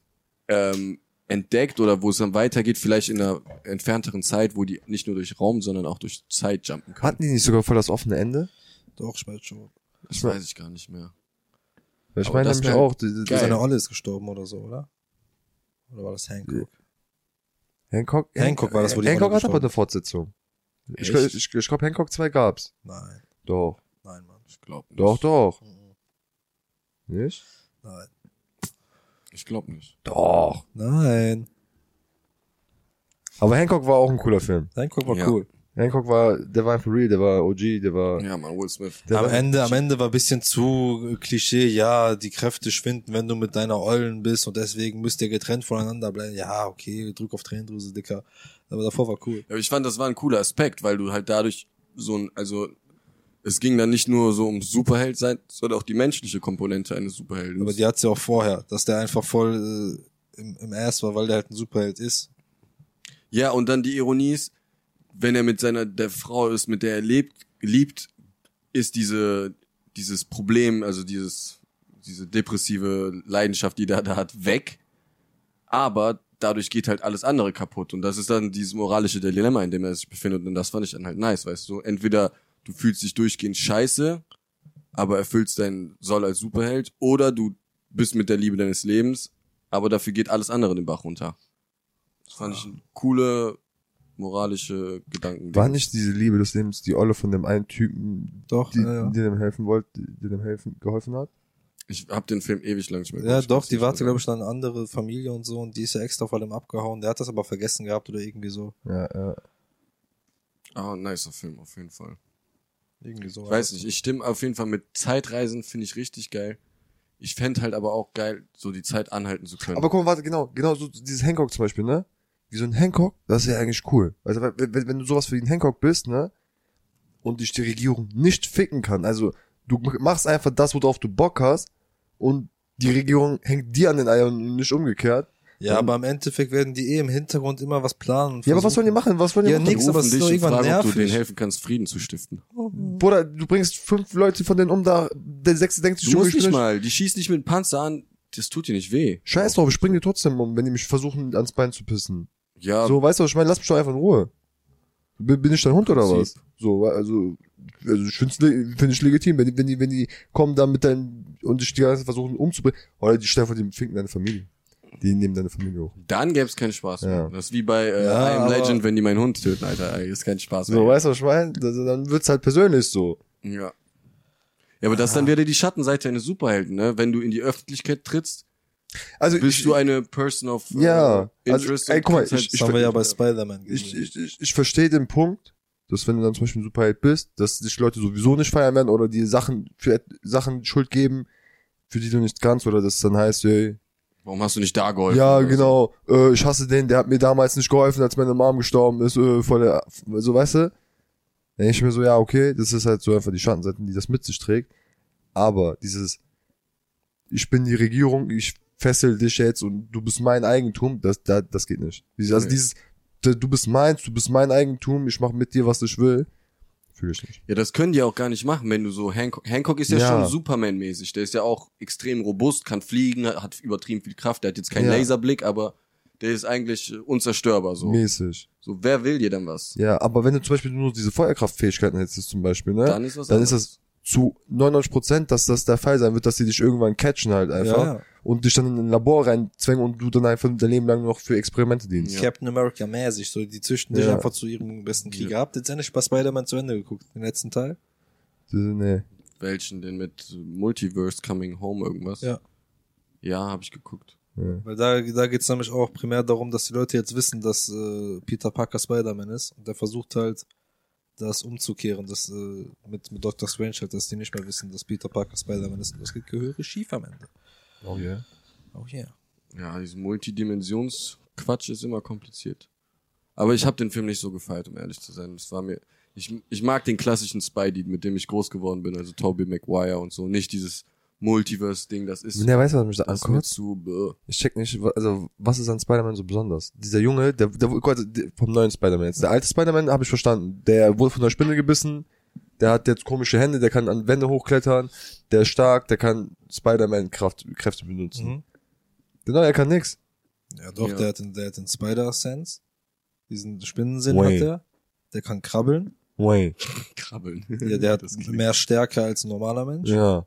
S1: ähm, entdeckt oder wo es dann weitergeht, vielleicht in einer entfernteren Zeit, wo die nicht nur durch Raum, sondern auch durch Zeit jumpen können.
S2: Hatten die nicht sogar voll das offene Ende?
S3: Doch, ich weiß schon.
S1: Das weiß ich gar nicht mehr.
S2: Weil Ich
S3: Oh,
S1: Aber
S2: meine
S1: das
S2: nämlich
S1: wär
S2: auch, die, die,
S1: geil.
S2: seine
S3: Seine Olle ist gestorben oder so, oder? Oder war das Hancock?
S2: Hancock,
S3: Hancock war das, wo die
S2: Hancock
S3: Rolle
S2: hat aber
S3: gestorben
S2: eine Fortsetzung. Ich, glaub-
S3: Echt?
S2: ich, ich glaube, Hancock 2 gab's.
S3: Nein,
S2: Doch.
S3: nein, Mann.
S1: Ich glaube nicht.
S2: Doch, doch.
S3: Mhm.
S2: Nicht?
S3: Nein.
S1: Ich glaube nicht.
S2: Doch.
S3: Nein.
S2: Aber Hancock war auch ein cooler Film.
S3: Hancock war
S1: Ja.
S3: cool.
S2: Hancock war, der war einfach real, der war OG, der war.
S1: Ja, man, Will Smith.
S2: Der
S3: am
S2: war
S3: Ende, am Ende war ein bisschen zu Klischee, ja, die Kräfte schwinden, wenn du mit deiner Eulen bist und deswegen müsst ihr getrennt voneinander bleiben. Ja, okay, drück auf Tränendrüse, Dicker. Aber davor war cool.
S1: Ja, aber ich fand, das war ein cooler Aspekt, weil du halt dadurch so ein, also es ging dann nicht nur so um Superheld sein, sondern auch die menschliche Komponente eines Superhelden.
S3: Aber die hat's ja auch vorher, dass der einfach voll äh, im, im Ass war, weil der halt ein Superheld ist.
S1: ja, und dann die Ironie ist, wenn er mit seiner der Frau ist, mit der er lebt, liebt, ist diese, dieses Problem, also dieses, diese depressive Leidenschaft, die der da hat, weg. Aber dadurch geht halt alles andere kaputt. Und das ist dann dieses moralische Dilemma, in dem er sich befindet. Und das fand ich dann halt nice, weißt du. Entweder du fühlst dich durchgehend scheiße, aber erfüllst deinen Soll als Superheld, oder du bist mit der Liebe deines Lebens, aber dafür geht alles andere den Bach runter. Das fand ich eine coole moralische Gedanken.
S2: War nicht diese Liebe des Lebens die Olle von dem einen Typen,
S3: Doch,
S2: die,
S3: ja, ja.
S2: die dem helfen wollte, die dem helfen, geholfen hat?
S1: Ich hab den Film ewig lang nicht mehr
S3: Ja,
S1: geguckt.
S3: doch, die warte, glaube ich, dann andere Familie und so und die ist ja extra vor allem abgehauen. Der hat das aber vergessen gehabt oder irgendwie so.
S2: Ja, ja.
S1: Ah, nicer Film, auf jeden Fall.
S3: Irgendwie so.
S1: Ich weiß nicht, ich stimme auf jeden Fall mit Zeitreisen, finde ich richtig geil. Ich fänd halt aber auch geil, so die Zeit anhalten zu können.
S2: Aber guck mal, warte, genau, genau, so dieses Hancock zum Beispiel, ne? Wie so ein Hancock, das ist ja eigentlich cool. Also, wenn, wenn wenn du sowas wie ein Hancock bist, ne? Und dich die Regierung nicht ficken kann, also, du machst einfach das, worauf du Bock hast, und die Regierung hängt dir an den Eiern und nicht umgekehrt.
S3: Ja, aber im Endeffekt werden die eh im Hintergrund immer was planen. Und
S2: Ja, aber was sollen die machen? Was wollen die
S3: Ja,
S2: machen?
S1: Die
S3: nix, aber
S1: rufen
S3: es ist doch
S1: und
S3: irgendwann
S1: fragen, ob du denen
S3: nervig.
S1: helfen kannst, Frieden zu stiften.
S2: Bruder, du bringst fünf Leute von denen um, da, der sechste denkt sich,
S1: Du musst
S2: ich
S1: nicht
S2: bin-
S1: mal, die schießt nicht mit dem Panzer an, das tut dir nicht weh.
S2: Scheiß drauf, ich spring dir trotzdem um, wenn die mich versuchen, ans Bein zu pissen.
S1: Ja,
S2: So, weißt du, was ich meine? Lass mich doch einfach in Ruhe. Bin, bin ich dein Hund oder was?
S1: Prinzip.
S2: So, also, also ich find's, le- find ich legitim, wenn die, wenn die, wenn die kommen dann mit deinen, und dich die ganze Zeit versuchen umzubringen, oder die Stefan, die finken deine Familie. Die nehmen deine Familie hoch.
S1: dann gäb's keinen Spaß mehr.
S2: Ja.
S1: Das ist wie bei äh,
S3: Ja,
S1: I Am
S3: aber-
S1: Legend, wenn die meinen Hund töten, Alter. ey, Ist kein Spaß mehr.
S2: So, weißt du, was ich meine? Also, dann wird's halt persönlich so.
S1: Ja. Ja, aber das
S2: Ah.
S1: ist dann wieder die Schattenseite eines Superhelden, ne? Wenn du in die Öffentlichkeit trittst,
S2: Also,
S1: bist
S2: ich,
S1: du eine Person of äh,
S2: Ja, also,
S1: Interest.
S2: ey,
S1: und halt
S2: guck mal,
S1: kannst
S2: ich-
S3: Das haben wir ja bei Spider-Man
S2: ich,
S3: gesehen.
S2: ich, ich, ich verstehe den Punkt, dass wenn du dann zum Beispiel ein Superheld bist, dass dich Leute sowieso nicht feiern werden oder dir Sachen für et- Sachen Schuld geben, für die du nicht kannst, oder dass es dann heißt, ey,
S1: Warum hast du nicht da geholfen?
S2: ja,
S1: Oder so.
S2: genau, äh, ich hasse den, der hat mir damals nicht geholfen, als meine Mom gestorben ist, äh, voll der, so weißt du? Dann denk ich mir so, ja, okay, das ist halt so einfach die Schattenseiten, die das mit sich trägt. Aber dieses, ich bin die Regierung, ich fessel dich jetzt und du bist mein Eigentum, das, das, das geht nicht. Dieses, also
S1: Nee.
S2: dieses, d- du bist meins, du bist mein Eigentum, ich mach mit dir, was ich will, fühle ich nicht.
S1: Ja, das können die auch gar nicht machen, wenn du so Hancock. Hancock ist ja,
S2: Ja.
S1: schon Superman-mäßig. Der ist ja auch extrem robust, kann fliegen, hat übertrieben viel Kraft. Der hat jetzt keinen
S2: Ja.
S1: Laserblick, aber der ist eigentlich äh, unzerstörbar. So,
S2: Mäßig.
S1: so wer will dir dann was?
S2: Ja, aber wenn du zum Beispiel nur diese Feuerkraftfähigkeiten hättest zum Beispiel, ne?
S1: Dann ist was.
S2: dann ist
S1: anderes.
S2: das zu 99 Prozent, dass das der Fall sein wird, dass die dich irgendwann catchen halt einfach
S3: ja, ja.
S2: und dich dann in ein Labor reinzwängen und du dann einfach dein Leben lang noch für Experimente dienst.
S3: Captain America mäßig, so die züchten dich
S2: Ja.
S3: einfach zu ihrem besten Krieger
S1: Ja.
S3: ab. Jetzt endlich bei Spider-Man zu Ende geguckt, den letzten Teil.
S2: Das- Nee.
S1: Welchen denn mit äh, Multiverse Coming Home irgendwas?
S3: Ja.
S1: Ja, habe ich geguckt.
S2: Ja.
S3: Weil da, da geht's nämlich auch primär darum, dass die Leute jetzt wissen, dass äh, Peter Parker Spider-Man ist und der versucht halt, das umzukehren, das äh, mit, mit Dr. Strange halt, dass die nicht mehr wissen, dass Peter Parker Spider-Man ist und das geht gehörig schief am Ende.
S2: Oh yeah.
S3: Oh yeah.
S1: Ja, dieser Multidimensionsquatsch ist immer kompliziert. Aber ich habe den Film nicht so gefeiert, um ehrlich zu sein. Es war mir ich, ich mag den klassischen Spidey, mit dem ich groß geworden bin, also Tobey Maguire und so, nicht dieses Multiverse Ding, das ist
S2: Ja, weißt du, was mich da
S1: das ist mir
S2: ankommt?
S1: zu bäh.
S2: Ich check nicht, wa- also was ist an Spider-Man so besonders? Dieser Junge, der, der guck mal, der- vom neuen Spider-Man jetzt. Der alte Spider-Man habe ich verstanden. Der wurde von der Spinne gebissen, der hat jetzt komische Hände, der kann an Wände hochklettern, der ist stark, der kann Spider-Man Kraft, Kräfte benutzen.
S3: Mhm.
S2: Der neue, er kann nix.
S3: Ja, doch,
S1: Ja.
S3: Der, hat den, der hat den Spider-Sense. Diesen Spinnensinn
S2: Wait.
S3: hat er. Der kann krabbeln.
S2: Wayne.
S1: krabbeln.
S3: Ja, der hat
S1: Das klingt-
S3: mehr Stärke als ein normaler Mensch.
S2: Ja.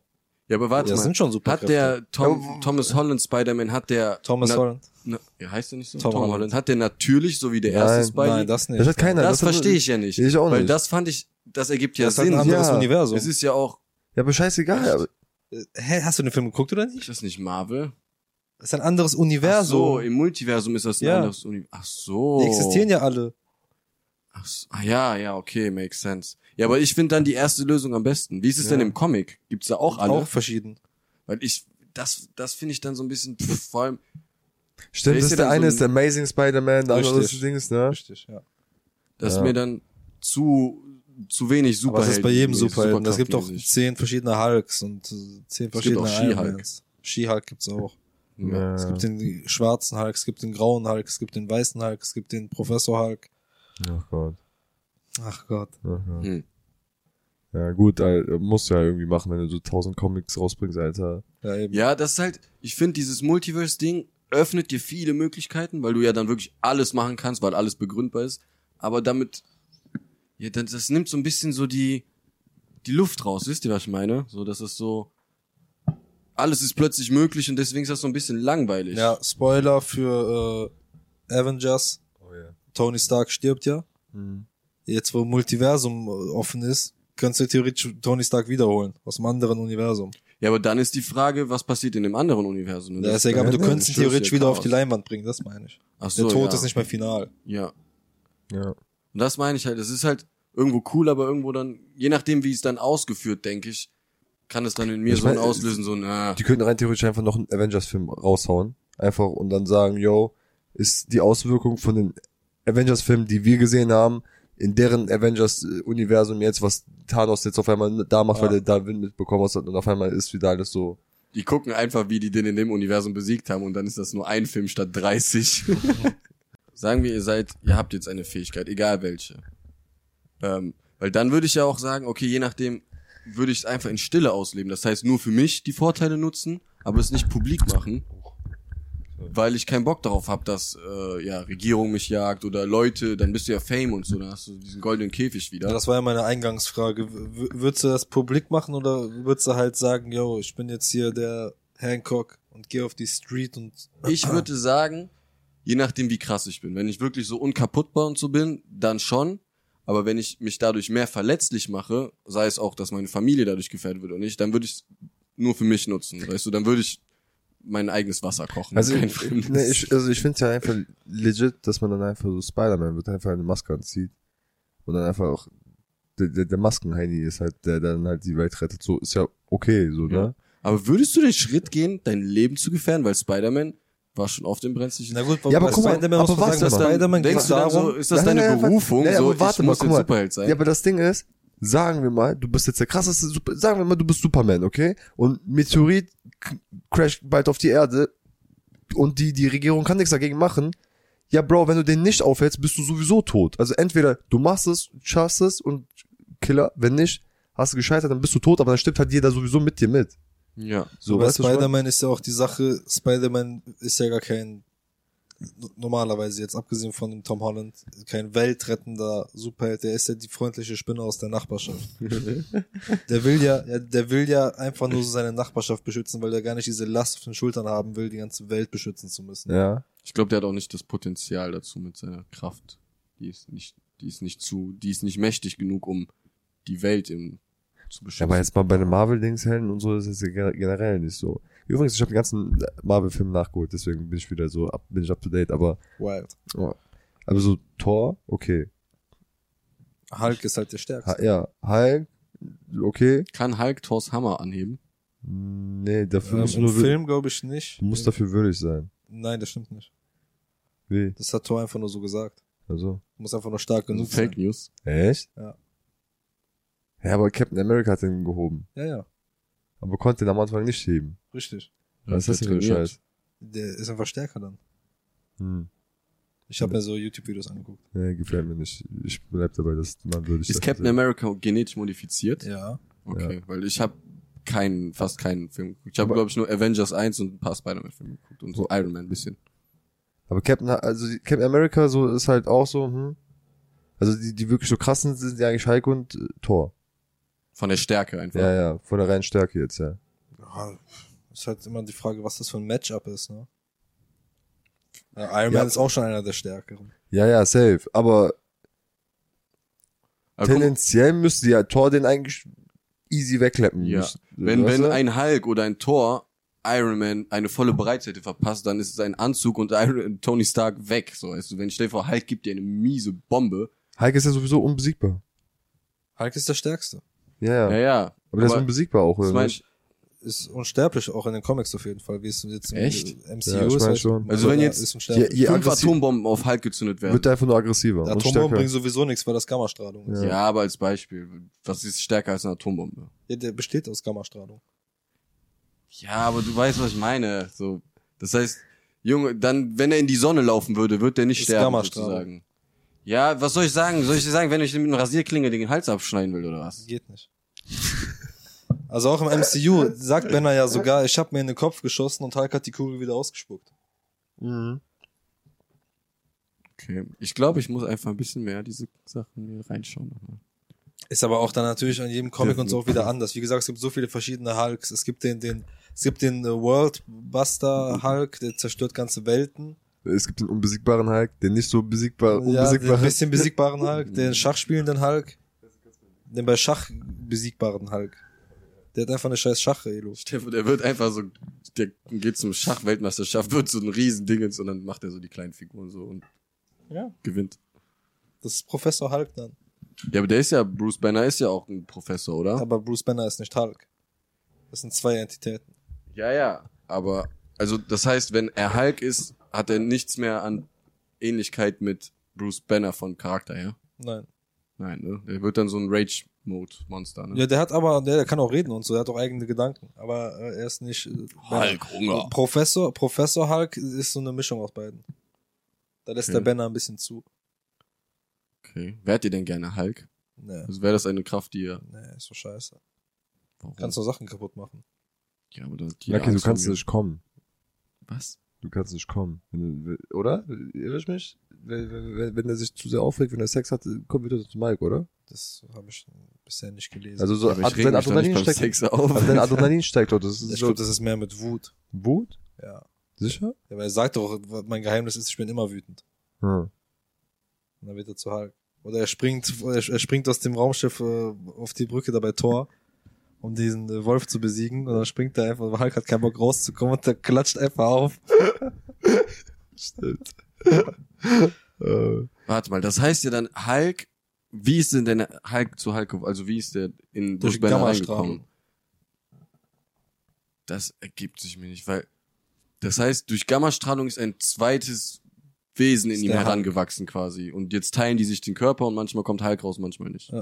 S1: Ja, aber warte
S3: das
S1: mal.
S3: sind schon super
S1: Hat der Tom,
S2: Ja, aber-
S1: Thomas Holland Spider-Man hat der
S3: Thomas
S1: na-
S3: Holland?
S1: na- ja, heißt er nicht so?
S3: Tom Holland.
S1: hat der natürlich so wie der
S2: Nein,
S1: erste Spidey.
S3: Nein, das nicht.
S2: Das hat keiner.
S1: das
S2: hat-
S1: verstehe ich ja nicht,
S2: Ich auch
S1: weil
S2: nicht.
S1: das fand ich das ergibt ja
S3: das hat
S1: Sinn.
S3: ein anderes
S2: Ja.
S3: Universum.
S1: Es ist ja auch
S2: Ja, aber scheißegal. Aber,
S3: Äh, Hä, hast du den Film geguckt oder
S1: Ist
S3: nicht?
S1: das nicht Marvel?
S3: Das ist ein anderes
S1: Ach
S3: Universum.
S1: so, im Multiversum ist das ein
S3: Ja.
S1: anderes Universum. Ach so.
S3: Die existieren ja alle.
S1: Ach so. Ah, ja, ja, okay, makes sense. Ja, aber ich finde dann die erste Lösung am besten. Wie ist es
S3: Ja.
S1: denn im Comic? Gibt's da auch alle?
S3: Auch verschieden.
S1: Weil ich, das, das finde ich dann so ein bisschen, pff, vor allem, Wer
S2: stimmt,
S1: ist
S2: das
S1: hier
S2: ist der
S1: dann so
S2: eine
S1: ein-
S2: ist der Amazing Spider-Man, der andere ist
S3: Richtig.
S2: das Dings, ne?
S3: Richtig, ja.
S1: das ist
S2: Ja.
S1: mir dann zu, zu wenig
S3: Aber
S1: Superhelden.
S3: das ist bei jedem
S1: mäßig,
S3: Superhelden. Es gibt auch
S1: superkraftmäßig.
S3: zehn verschiedene Hulks und äh, zehn
S1: Es gibt auch
S3: verschiedene
S1: She-Hulk.
S3: Hulks. She-Hulk gibt's auch.
S1: Ja.
S2: Ja.
S3: Es gibt den schwarzen Hulk, es gibt den grauen Hulk, es gibt den weißen Hulk, es gibt den Professor Hulk.
S2: Ach Gott.
S3: Ach Gott.
S2: Ach Gott.
S1: Hm.
S2: Ja, gut, äh, musst du ja irgendwie machen, wenn du so 1000 Comics rausbringst, Alter.
S3: Ja, eben.
S1: Ja, das ist halt, ich finde dieses Multiverse-Ding öffnet dir viele Möglichkeiten, weil du ja dann wirklich alles machen kannst, weil alles begründbar ist. Aber damit, ja, das, das nimmt so ein bisschen so die, die Luft raus, wisst ihr, was ich meine? So, das ist so, alles ist plötzlich möglich und deswegen ist das so ein bisschen langweilig.
S3: ja Spoiler für äh, Avengers.
S2: Oh ja.
S3: Tony Stark stirbt ja.
S2: Mhm.
S3: Jetzt, wo Multiversum äh, offen ist, kannst du theoretisch Tony Stark wiederholen. Aus einem anderen Universum.
S1: Ja, aber dann ist die Frage, was passiert in dem anderen Universum? Und
S3: Ja,
S1: das-
S3: ist ja egal, aber du
S1: dann
S3: könntest ihn
S1: stößt
S3: theoretisch
S1: ja
S3: wieder
S1: Chaos.
S3: auf die Leinwand bringen, das meine ich.
S1: Ach
S3: Der
S1: so,
S3: Tod
S1: ja.
S3: ist nicht mehr final.
S1: Ja.
S2: Ja.
S1: Und das meine ich halt, es ist halt irgendwo cool, aber irgendwo dann, je nachdem, wie es dann ausgeführt, denke ich, kann es dann in mir
S2: Ich
S1: so
S2: mein, äh,
S1: ein Auslösen, so ein, ah,
S2: Die könnten rein theoretisch einfach noch einen Avengers-Film raushauen. Einfach und dann sagen, yo, ist die Auswirkung von den Avengers-Filmen, die wir gesehen haben, in deren Avengers-Universum jetzt, was Thanos jetzt auf einmal da macht,
S3: Ja.
S2: weil er da Wind mitbekommen hat und auf einmal ist wieder alles so.
S1: die gucken einfach, wie die den in dem Universum besiegt haben und dann ist das nur ein Film statt 30. sagen wir, ihr seid, ihr habt jetzt eine Fähigkeit, egal welche. Ähm, weil dann würde ich ja auch sagen, okay, je nachdem würde ich es einfach in Stille ausleben. Das heißt, nur für mich die Vorteile nutzen, aber es nicht publik machen, weil ich keinen Bock darauf habe, dass äh, ja Regierung mich jagt oder Leute, dann bist du ja Fame und so, dann hast du diesen goldenen Käfig wieder.
S3: Das war ja meine Eingangsfrage. W- w- Würdest du das publik machen oder würdest du halt sagen, yo, ich bin jetzt hier der Hancock und gehe auf die Street und
S1: Ich würde sagen, je nachdem, wie krass ich bin. Wenn ich wirklich so unkaputtbar und so bin, dann schon. Aber wenn ich mich dadurch mehr verletzlich mache, sei es auch, dass meine Familie dadurch gefährdet wird oder nicht, dann würde ich es nur für mich nutzen. Weißt du, dann würde ich mein eigenes Wasser kochen.
S2: Also,
S1: kein
S2: ich,
S1: fremdes.
S2: nee, ich, also ich finde es ja einfach legit, dass man dann einfach so Spider-Man wird, einfach eine Maske anzieht. Und dann einfach auch der, der, der Maskenheini ist halt, der dann halt die Welt rettet. So ist ja okay, so, ne?
S1: Aber würdest du den Schritt gehen, dein Leben zu gefährden? Weil Spider-Man war schon oft im brenzlichen.
S3: na gut,
S2: Ja, aber guck mal,
S3: Spider-Man
S2: aber
S3: muss man
S2: was
S3: sagen,
S2: das
S3: bei
S2: dann-
S3: Spider-Man geht
S1: denkst
S3: es
S1: du dann
S3: darum,
S1: so, ist das
S2: Nein,
S1: deine
S2: nein, nein, warte-
S1: Berufung?
S2: nein,
S1: so,
S2: aber warte
S1: ich
S2: mal,
S1: muss
S2: guck
S1: jetzt
S2: mal.
S1: Superheld sein.
S2: Ja, aber das Ding ist, sagen wir mal, du bist jetzt der krasseste, Super sagen wir mal, du bist Superman, okay? Und Meteorit k- crasht bald auf die Erde und die, die Regierung kann nichts dagegen machen. Ja, Bro, wenn du den nicht aufhältst, bist du sowieso tot. Also entweder du machst es, schaffst es und Killer, wenn nicht, hast du gescheitert, dann bist du tot, aber dann stirbt halt jeder sowieso mit dir mit.
S1: ja.
S2: So,
S3: bei
S2: weißt du, was ich meine?
S3: Spider-Man ist ja auch die Sache, Spider-Man ist ja gar kein, normalerweise jetzt abgesehen von dem Tom Holland, kein weltrettender Superheld, der ist ja die freundliche Spinne aus der Nachbarschaft. der will ja, ja, der will ja einfach nur so seine Nachbarschaft beschützen, weil er gar nicht diese Last auf den Schultern haben will, die ganze Welt beschützen zu müssen.
S2: Ja.
S1: Ich glaube, der hat auch nicht das Potenzial dazu mit seiner Kraft. Die ist nicht, die ist nicht zu, die ist nicht mächtig genug, um die Welt im, zu
S2: Ja,
S1: beschützen.
S2: aber jetzt mal bei den Marvel-Dings-Helden und so ist es ja gener- generell nicht so. Übrigens, ich habe den ganzen Marvel-Film nachgeholt, deswegen bin ich wieder so, up, bin ich up to date, aber,
S3: Wild.
S2: aber Also so Thor, okay.
S3: Hulk ist halt der Stärkste.
S2: Ha, ja, Hulk, okay.
S1: Kann Hulk Thors Hammer anheben?
S2: Nee, dafür
S3: Ähm,
S2: musst du
S3: Im
S2: nur, wür-
S3: Film glaube ich nicht.
S2: du musst dafür würdig sein.
S3: Nein, das stimmt nicht.
S2: Wie?
S3: Das hat Thor einfach nur so gesagt.
S2: Also.
S3: Muss einfach nur stark
S1: Also
S3: genug sein.
S1: Fake News.
S2: Echt?
S3: Ja.
S2: Ja, aber Captain America hat den gehoben.
S3: Ja, ja,
S2: Aber konnte ihn am Anfang nicht heben.
S3: richtig.
S2: Was
S1: Ja,
S2: ist das denn für ein
S1: trainiert.
S2: Scheiß?
S3: Der ist einfach stärker dann.
S2: Hm.
S3: Ich habe mir so YouTube-Videos angeguckt.
S2: Nee, gefällt mir nicht. Ich bleib dabei, dass man würdig
S1: Ist
S2: sein
S1: Captain
S2: soll.
S1: America genetisch modifiziert?
S3: Ja.
S1: Okay, weil ich habe keinen, fast keinen Film geguckt. Ich habe,
S2: Aber-
S1: glaube ich, nur Avengers 1 und ein paar Spider-Man-Filme geguckt und so Iron Man ein bisschen.
S2: Aber Captain, also die- Captain America so ist halt auch so, hm. Also die, die wirklich so krassen sind ja eigentlich Hulk und äh, Thor.
S1: Von der Stärke einfach.
S2: Ja, ja, von der reinen Stärke jetzt, ja.
S3: Ja, Ist halt immer die Frage, was das für ein Matchup ist, ne? Ja, Iron
S2: Ja.
S3: Man ist auch schon einer der Stärkeren.
S2: Ja, ja, safe. Aber
S1: Aber guck mal,
S2: tendenziell müsste ja Thor den eigentlich easy wegklappen.
S1: Ja.
S2: müssen.
S1: Wenn,
S2: Weißt
S1: wenn
S2: du?
S1: ein Hulk oder ein Thor Iron Man eine volle Breitseite verpasst, dann ist sein Anzug und Iron, Tony Stark weg. So, weißt du, wenn ich stell dir vor, Hulk gibt dir eine miese Bombe.
S2: Hulk ist ja sowieso unbesiegbar.
S3: Hulk ist der Stärkste.
S2: Ja, ja.
S1: Ja, ja.
S2: aber der ist
S1: aber-
S2: unbesiegbar auch,
S1: Das
S2: oder
S1: mein
S2: nicht?
S1: ich,
S3: Ist unsterblich, auch in den Comics auf jeden Fall, wie es jetzt im
S1: Echt?
S3: MCU
S2: Ja, ich
S3: ist.
S2: mein
S3: halt-
S2: schon.
S1: Also wenn
S3: Ja,
S1: jetzt-
S3: ist
S2: Je,
S3: unsterblich.
S2: je
S1: fünf
S2: aggressiv,
S1: Atombomben auf Hulk gezündet werden.
S2: wird er einfach nur aggressiver und
S3: Atombomben
S2: stärker.
S3: bringen sowieso nichts, weil das Gammastrahlung ist.
S1: ja. aber als Beispiel. Was ist stärker als eine Atombombe?
S3: Ja, der besteht aus Gammastrahlung.
S1: Ja, aber du weißt, was ich meine. So, das heißt, Junge, dann, wenn er in die Sonne laufen würde, wird er nicht
S3: Ist
S1: sterben,
S3: Gammastrahlung.
S1: sozusagen. Ja, was soll ich sagen? Soll ich dir sagen, wenn ich dir mit einem Rasierklinge den Hals abschneiden will oder was?
S3: Geht nicht. Also auch im MCU sagt Banner ja sogar, ich habe mir in den Kopf geschossen und Hulk hat die Kugel wieder ausgespuckt.
S2: Mhm.
S1: Okay. Ich glaube, ich muss einfach ein bisschen mehr diese Sachen hier reinschauen. nochmal.
S3: Ist aber auch dann natürlich an jedem Comic und so auch wieder anders. Wie gesagt, es gibt so viele verschiedene Hulks. Es gibt den, den, es gibt den äh, Worldbuster Hulk, der zerstört ganze Welten.
S2: Es gibt den unbesiegbaren Hulk, den nicht so besiegbaren,
S3: Ja, den
S2: Äh, unbesiegbaren.
S3: bisschen besiegbaren Hulk, den Schachspielenden Hulk, den bei Schach besiegbaren Hulk. Der hat einfach eine scheiß Schach-Elo.
S1: Stefan, der wird einfach so, der geht zum Schachweltmeisterschaft, wird so ein Riesendingens und dann macht er so die kleinen Figuren so und
S3: Ja.
S1: gewinnt.
S3: Das ist Professor Hulk dann.
S1: Ja, aber der ist ja, Bruce Banner ist ja auch ein Professor, oder?
S3: Aber Bruce Banner ist nicht Hulk. Das sind zwei Entitäten.
S1: Ja, ja. Aber, also das heißt, wenn er Hulk ist, hat er nichts mehr an Ähnlichkeit mit Bruce Banner von Charakter her.
S3: Nein.
S1: Nein, ne? Der wird dann so ein Rage-Mode-Monster, ne?
S3: Ja, der hat aber, der, der kann auch reden und so, der hat auch eigene Gedanken. Aber äh, er ist nicht. Äh, Banner.
S1: Hulk, Hunger.
S3: Professor, Professor Hulk ist so eine Mischung aus beiden. Da lässt
S1: Okay.
S3: der Banner ein bisschen zu.
S1: Okay. Wärt ihr denn gerne Hulk?
S3: Nee,
S1: Also wäre das eine Kraft, die ihr...
S3: nee, ist so scheiße.
S1: Warum?
S3: Kannst du Sachen kaputt machen.
S1: ja, aber das, die
S2: Lucky, du
S1: Angst von
S2: kannst
S1: mir-
S2: nicht kommen.
S1: Was?
S2: Du kannst nicht kommen. Wenn du, oder? Irre ich mich? Wenn, wenn, wenn er sich zu sehr aufregt, wenn er Sex hat, kommt wieder zu Mike, oder?
S3: Das habe ich bisher nicht gelesen.
S2: Also so,
S1: aber
S2: Ad-
S1: ich reg
S2: sein
S1: mich doch nicht
S2: Adrenalin
S1: beim
S2: steigt,
S1: Sex auf.
S2: also sein Adrenalin steigt dort. Das
S1: also
S3: ich
S2: ist so,
S3: glaube, das ist mehr mit Wut.
S2: Wut?
S3: Ja.
S2: Sicher?
S3: ja aber er sagt doch, mein Geheimnis ist, ich bin immer wütend.
S2: Hm.
S3: Und dann wird er zu Hulk. Oder er springt, er er springt aus dem Raumschiff äh, auf die Brücke dabei Tor, um diesen äh, Wolf zu besiegen. Und dann springt er einfach, weil Hulk hat keinen Bock rauszukommen und der klatscht einfach auf.
S2: Stimmt. äh,
S1: Warte mal, das heißt ja dann Hulk... Wie ist denn denn Hulk zu Hulk... gew- Also wie ist der in
S3: Durch
S1: Bruce Banner
S3: Gammastrahlen.
S1: reingekommen? Das ergibt sich mir nicht, weil... Das heißt, durch Gammastrahlung ist ein zweites Wesen in
S3: Ist
S1: ihm
S3: der Hulk.
S1: herangewachsen quasi. Und jetzt teilen die sich den Körper und manchmal kommt Hulk raus, manchmal nicht.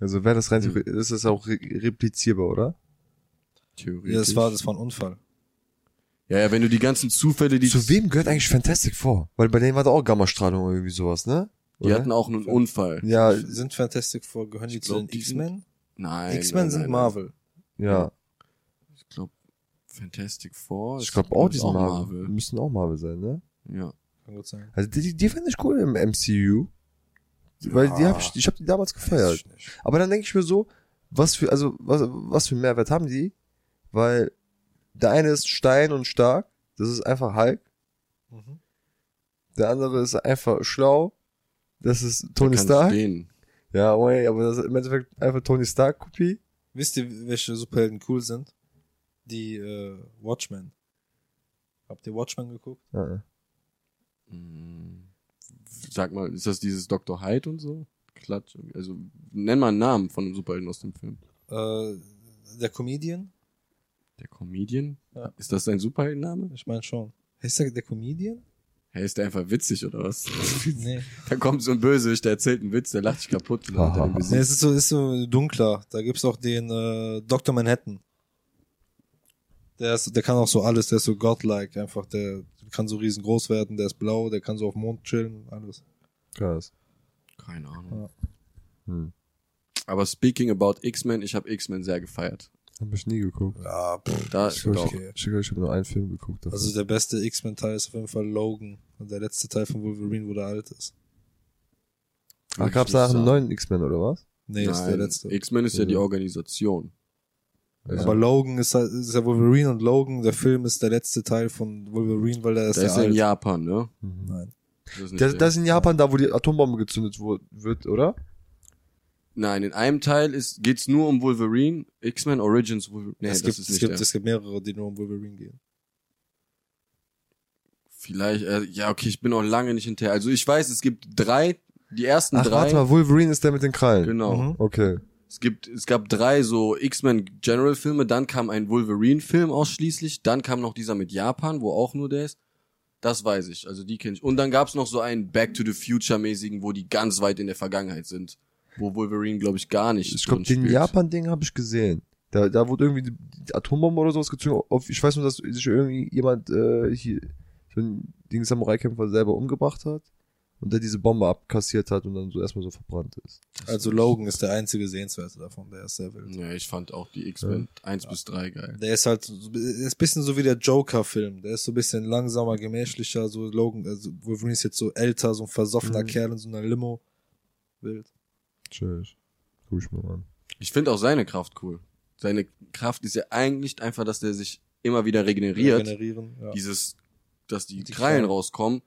S2: also wäre das rein, ist das auch re replizierbar, oder?
S1: Theoretisch.
S3: Ja, das war, das war ein Unfall.
S1: Ja, ja, wenn du die ganzen Zufälle, die
S2: Zu wem gehört eigentlich Fantastic Four? Weil bei denen war da auch Gammastrahlung oder irgendwie sowas, ne?
S1: die hatten auch einen Unfall.
S2: ja,
S3: Äh, Sind Fantastic Four, gehören die zu
S1: glaub,
S3: den
S1: die
S3: X-Men?
S1: Nein. nein,
S3: X-Men sind
S1: nein,
S3: Marvel.
S2: ja.
S1: Nein. Ich glaube Fantastic Four.
S2: Ich
S1: ist,
S2: glaube
S1: glaub
S2: auch,
S1: ich,
S2: die sind Marvel. Müssen auch Marvel sein, ne?
S1: Ja.
S3: Kann gut sein.
S2: Also die, die, die fand ich cool im MCU. Weil die
S3: Ja.
S2: hab ich, ich habe die damals
S3: Weiß
S2: gefeiert.
S3: ich nicht.
S2: Aber dann denke ich mir so, was für, also, was, was für einen Mehrwert haben die? Weil der eine ist Stein und stark, das ist einfach Hulk.
S3: Mhm.
S2: Der andere ist einfach schlau, das ist
S1: Der
S2: Tony
S1: kann
S2: Stark.
S1: Stehen.
S2: Ja, oi, aber das ist im Endeffekt einfach Tony Stark-Kopie.
S3: Wisst ihr, welche Superhelden cool sind? Die äh, Watchmen. Habt ihr Watchmen geguckt?
S2: Ja.
S1: Hm. Sag mal, ist das dieses Dr. Hyde und so? Klatsch. Also nenn mal einen Namen von einem Superhelden aus dem Film.
S3: Äh, der Comedian?
S1: Der Comedian?
S3: Ja.
S1: Ist das sein Superheldenname?
S3: Ich meine schon. Heißt der der Comedian?
S1: Hey, ist der einfach witzig oder was?
S3: Nee.
S1: da kommt so ein Bösewicht, der erzählt einen Witz, der lacht sich kaputt. Und dann hat er den
S2: Nee,
S3: nee
S1: besiegt.
S3: es ist so, ist so dunkler. Da gibt's auch den äh, Dr. Manhattan. Der, ist, der kann auch so alles, der ist so godlike einfach. Der kann so riesengroß werden, der ist blau, der kann so auf dem Mond chillen, alles.
S2: Krass.
S1: Keine Ahnung.
S2: Hm.
S1: Aber speaking about X-Men, ich habe X-Men sehr gefeiert.
S2: Hab ich nie geguckt.
S3: Ja, pff,
S1: Da
S2: Ich glaube,
S3: okay.
S2: ich, ich, glaub, ich habe nur einen Film geguckt. davon.
S3: Also der beste X-Men-Teil ist auf jeden Fall Logan. Und der letzte Teil von Wolverine, wo der alt ist.
S2: Ach, Ah, gab's da einen neuen X-Men oder was?
S3: Nee, ist der letzte.
S1: X-Men ist ja
S2: Also-
S1: die Organisation.
S2: Ja.
S3: Aber Logan ist halt, ist ja Wolverine und Logan, der Film ist der letzte Teil von Wolverine, weil der ist
S1: Da
S3: der
S1: ist er in
S3: alt.
S1: Japan, ne?
S2: Mhm.
S3: Nein.
S1: Das ist nicht
S2: Das,
S1: der.
S2: das ist in Japan da, wo die Atombombe gezündet wo- wird, oder?
S1: Nein, in einem Teil ist, geht's nur um Wolverine, X-Men Origins Wolverine. Nee,
S3: es,
S1: das ist
S3: gibt, es,
S1: nicht
S3: gibt,
S1: der.
S3: es gibt mehrere, die nur um Wolverine gehen.
S1: Vielleicht, äh, ja, okay, ich bin auch lange nicht hinterher. Also ich weiß, es gibt drei, die ersten
S2: Ach,
S1: drei.
S2: warte mal, Wolverine ist der mit den Krallen.
S1: Genau.
S3: Mhm.
S2: Okay.
S1: Es gibt, es gab drei so X-Men General Filme, dann kam ein Wolverine Film ausschließlich, dann kam noch dieser mit Japan, wo auch nur der ist. Das weiß ich, also die kenne ich. Und dann gab's noch so einen Back to the Future mäßigen, wo die ganz weit in der Vergangenheit sind, wo Wolverine glaube ich gar nicht.
S2: Ich glaube,
S1: drin
S2: den
S1: spielt.
S2: Japan-Ding habe ich gesehen. Da, da wurde irgendwie die, die Atombombe oder sowas gezündet. Auf, ich weiß nur, dass sich irgendwie jemand äh, hier so ein Ding Samurai-Kämpfer selber umgebracht hat. und der diese Bombe abkassiert hat und dann so erstmal so verbrannt ist.
S3: Also Logan ist der einzige Sehenswerte davon, der ist sehr wild.
S1: Ja, ich fand auch die X-Men 1 bis 3 geil.
S3: Der ist halt, so- ist ein bisschen so wie der Joker-Film. Der ist so ein bisschen langsamer, gemächlicher, so Logan, also Wolverine ist jetzt so älter, so ein versoffener
S2: Mhm.
S3: Kerl in so einer Limo. Wild.
S2: Tschüss. Guck ich mal an.
S1: Ich finde auch seine Kraft cool. Seine Kraft ist ja eigentlich einfach, dass der sich immer wieder regeneriert.
S3: Generieren, ja.
S1: Dieses, dass die,
S3: Die
S1: Krallen
S3: Krallen.
S1: rauskommen.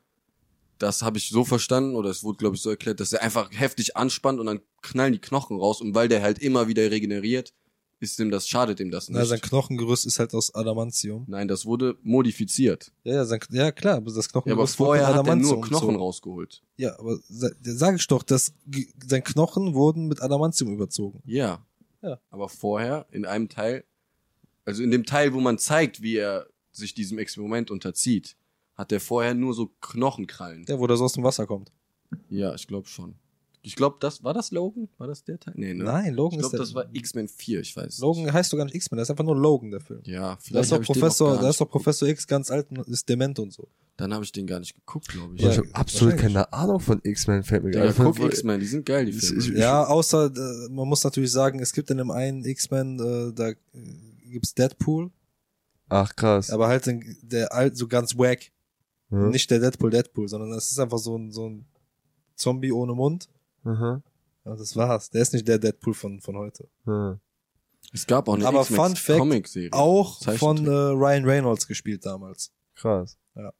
S1: Das habe ich so verstanden oder es wurde, glaube ich, so erklärt, dass er einfach heftig anspannt und dann knallen die Knochen raus. Und weil der halt immer wieder regeneriert, ist ihm das, schadet ihm das nicht.
S3: Na, sein Knochengerüst ist halt aus Adamantium.
S1: Nein, das wurde modifiziert.
S3: Ja, ja, sein, ja klar, aber das
S1: Ja, aber
S3: Knochengerüst wurde
S1: vorher hat
S3: mit
S1: er nur
S3: Adamantium
S1: Knochen
S3: umzogen.
S1: rausgeholt.
S3: Ja, aber se- sag ich doch, dass ge- sein Knochen wurden mit Adamantium überzogen.
S1: Ja.
S3: Ja.
S1: Aber vorher in einem Teil, also in dem Teil, wo man zeigt, wie er sich diesem Experiment unterzieht, hat er vorher nur so Knochenkrallen.
S3: Der, wo das aus dem Wasser kommt.
S1: Ja, ich glaube schon. Ich glaube, das war das Logan? War das der Teil? Nee, ne?
S3: Nein,
S1: ich
S3: Logan ist
S1: glaube,
S3: der.
S1: das war X-Men 4, ich weiß.
S3: Logan heißt doch gar nicht X-Men, das ist einfach nur Logan, der Film.
S1: nicht. Ja,
S3: Da
S1: vielleicht
S3: ist doch
S1: hab ich den auch
S3: Professor,
S1: gar
S3: da
S1: nicht
S3: ist doch
S1: geguckt.
S3: Professor X ganz alt und ist dement und so.
S1: Dann habe ich den gar nicht geguckt, glaube ich.
S2: Ja,
S3: Ja,
S2: ich habe absolut
S3: wahrscheinlich.
S2: keine Ahnung von X-Men, fällt mir
S1: Digga,
S2: gerade
S1: guck
S2: von-
S1: X-Men, die sind geil, die
S2: Ich-
S1: Filme.
S2: ich-
S3: Ja, außer äh, man muss natürlich sagen, es gibt in dem einen X-Men, äh, da äh, gibt's Deadpool,
S2: Ach krass. Mhm.
S3: aber halt den, der alt so ganz wack.
S2: Ja.
S3: Nicht der Deadpool Deadpool, sondern es ist einfach so ein, so ein Zombie ohne Mund.
S2: Mhm.
S3: Ja, das war's. Der ist nicht der Deadpool von, von heute.
S2: Ja.
S1: es gab auch eine
S3: Aber
S1: X-Men
S3: Fun Fact,
S1: Comic-Serie.
S3: Auch von
S1: Zeichentrick.
S3: äh, Ryan Reynolds gespielt damals.
S2: Krass.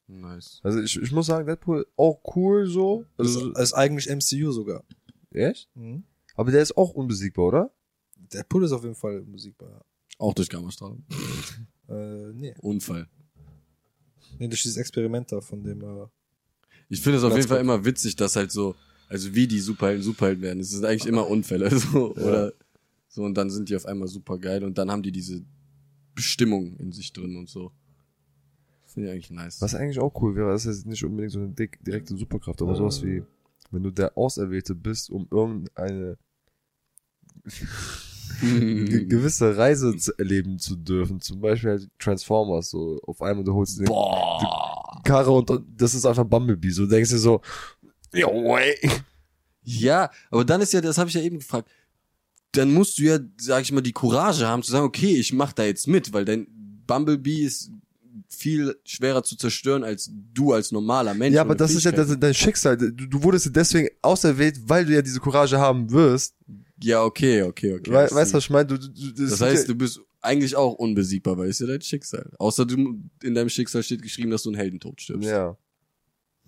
S1: Nice.
S2: Also ich, ich muss sagen, Deadpool auch cool so. Also,
S3: Also, ist eigentlich MCU sogar.
S2: echt?
S3: Mhm.
S2: Aber der ist auch unbesiegbar, oder?
S3: Deadpool ist auf jeden Fall musikbar.
S1: Auch durch Gammastrahlung.
S3: Äh, nee.
S1: Unfall.
S3: nee, durch dieses Experiment da von dem. Äh,
S1: Ich finde es auf
S3: Ganz
S1: jeden Fall
S3: gut.
S1: immer witzig, dass halt so, also wie die Superhelden Superhelden werden. Es sind eigentlich immer Unfälle, so,
S2: Ja.
S1: oder so, und dann sind die auf einmal super geil und dann haben die diese Bestimmung in sich drin und so. Finde ich eigentlich nice.
S2: Was eigentlich auch cool wäre, ist jetzt nicht unbedingt so eine dick, direkte Superkraft, aber sowas wie, wenn du der Auserwählte bist, um irgendeine
S1: Mhm.
S2: ge- gewisse Reise zu erleben zu dürfen. Zum Beispiel halt Transformers, so auf einmal du holst den
S1: Boah.
S2: Karre und dann- das ist einfach Bumblebee. So denkst du so, ja, way.
S1: Ja, aber dann ist ja, das habe ich ja eben gefragt, dann musst du ja, sag ich mal, die Courage haben zu sagen, okay, ich mach da jetzt mit, weil dein Bumblebee ist viel schwerer zu zerstören als du als normaler Mensch.
S2: Ja, aber
S1: ohne
S2: das ist ja
S1: Fähigkeiten.
S2: das, dein Schicksal. Du, du wurdest ja deswegen auserwählt, weil du ja diese Courage haben wirst.
S1: Ja, okay, okay, okay.
S2: Wei-
S1: das
S2: weißt du,
S1: ist-
S2: was ich meine? Du, du, du,
S1: Das
S2: sind
S1: heißt,
S2: ja,
S1: du bist eigentlich auch unbesiegbar, weil es ist ja dein Schicksal. Außer du, in deinem Schicksal steht geschrieben, dass du einen Heldentod stirbst.
S2: Ja.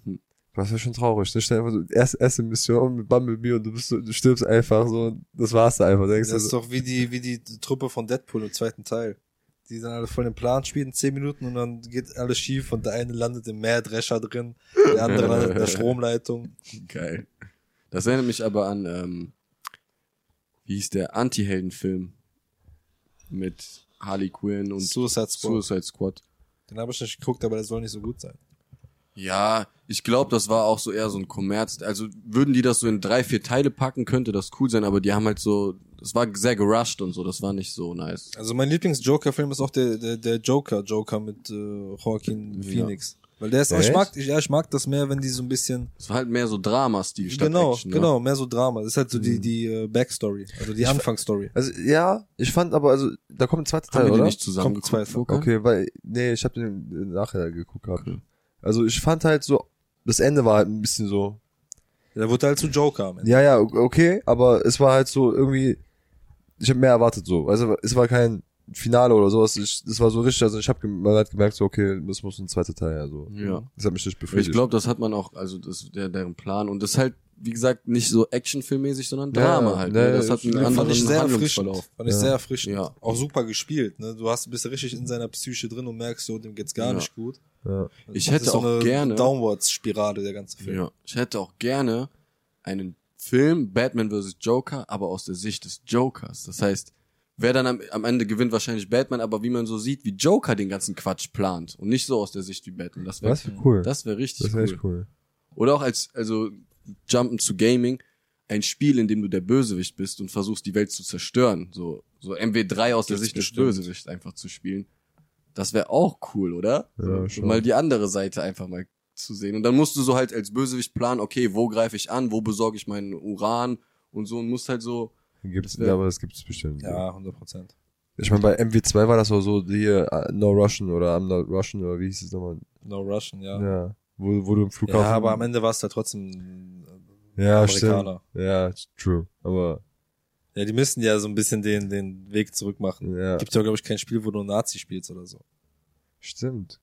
S1: Hm.
S2: Das wäre schon traurig. Ne? Stell dir einfach so, erste, erste Mission mit Bumblebee und du, bist, so- du stirbst einfach so. und Das war's da einfach. Denkst
S3: das
S2: du
S3: ist
S2: so,
S3: doch wie die, wie die Truppe von Deadpool im zweiten Teil. Die dann alle voll den Plan spielen, 10 Minuten und dann geht alles schief und der eine landet im Meerdrescher drin, der andere landet in der Stromleitung.
S1: Geil. Das erinnert mich aber an, ähm, wie hieß der Anti-Helden-Film mit Harley Quinn und
S3: Und Suicide Squad.
S1: Suicide Squad.
S3: Den habe ich nicht geguckt, aber der soll nicht so gut sein.
S1: Ja, ich glaube, das war auch so eher so ein Kommerz. Also würden die das so in drei, vier Teile packen, könnte das cool sein, aber die haben halt so, das war sehr gerusht und so, das war nicht so nice.
S3: Also mein Lieblings-Joker-Film ist auch der, der, der Joker, Joker mit äh, Joaquin
S1: Ja.
S3: Phoenix. Weil der ist, ich
S2: Echt?
S3: mag, ich, ja, ich mag das mehr, wenn die so ein bisschen,
S1: Es war halt mehr so Drama-Stil statt
S3: genau,
S1: Action. Ne?
S3: genau, mehr so Drama. Das ist halt so die,
S2: Mhm.
S3: die äh, Backstory, also die Anfangsstory.
S2: also, ja, ich fand aber, also, da kommt ein zweiter
S1: Haben
S2: Teil,
S1: wir die
S2: oder?
S1: nicht zusammen
S3: Kommt zwei.
S2: Okay, weil, nee, ich habe den nachher geguckt gehabt. Also, ich fand halt so, das Ende war halt ein bisschen so,
S3: Der wurde halt zu Joker am Ende.
S2: Ja, ja, o- okay, aber es war halt so irgendwie, ich habe mehr erwartet so. Also es war kein Finale oder sowas, ich, es war so richtig, also ich habe man hat gemerkt so, okay, das muss ein zweiter Teil, also.
S1: Ja.
S2: Das hat mich nicht befriedigt.
S1: Ich glaube, das hat man auch, also das der, deren Plan und das ist halt, wie gesagt, nicht so actionfilmmäßig, sondern
S2: Ja,
S1: Drama halt.
S2: ja,
S1: ne? Das hat einen
S2: ja,
S3: Den
S1: anderen
S3: fand ich sehr erfrischend.
S1: Handlungsverlauf.
S3: Fand ich
S2: Ja.
S3: sehr erfrischend.
S1: Ja.
S3: Auch super gespielt. Ne? Du hast, bist richtig in seiner Psyche drin und merkst, so, dem geht's gar
S1: Ja.
S3: nicht gut.
S2: ja.
S1: Ich
S3: Das
S1: hätte
S3: ist so
S1: auch
S3: eine
S1: gerne-
S3: Downwards-Spirale, der ganze Film.
S1: Ja. Ich hätte auch gerne einen Film, Batman vs. Joker, aber aus der Sicht des Jokers. Das heißt, wer dann am, am Ende gewinnt, wahrscheinlich Batman, aber wie man so sieht, wie Joker den ganzen Quatsch plant und nicht so aus der Sicht wie Batman. Das wäre
S2: Das wär cool.
S1: das wär richtig
S2: Das wäre
S1: cool.
S2: echt cool.
S1: Oder auch als, also Jumpen zu Gaming, ein Spiel, in dem du der Bösewicht bist und versuchst, die Welt zu zerstören. So, so MW3 aus der
S3: Gibt's
S1: Sicht
S3: bestimmt.
S1: des Bösewichts einfach zu spielen. Das wäre auch cool, oder?
S2: Ja,
S1: so,
S2: schon.
S1: mal die andere Seite einfach mal zu sehen. Und dann musst du so halt als Bösewicht planen, okay, wo greife ich an, wo besorge ich meinen Uran und so und musst halt so.
S2: Gibt's,
S1: Das wär-
S2: ja, aber das gibt's bestimmt.
S3: Ja, 100 Prozent.
S2: Ich meine, bei MW2 war das auch so, hier, äh, No Russian oder I'm Not Russian oder wie hieß es nochmal?
S3: No Russian, ja.
S2: Ja.
S3: Ja,
S2: Wo, wo du im Flughafen.
S3: aber am Ende war es da trotzdem äh,
S2: Ja, stimmt.
S3: Amerikaner.
S2: Ja, true. Aber,
S3: Ja, die müssen ja so ein bisschen den, den Weg zurück machen.
S2: ja.
S3: Gibt ja, glaube ich, kein Spiel, wo du Nazi spielst oder so.
S2: Stimmt.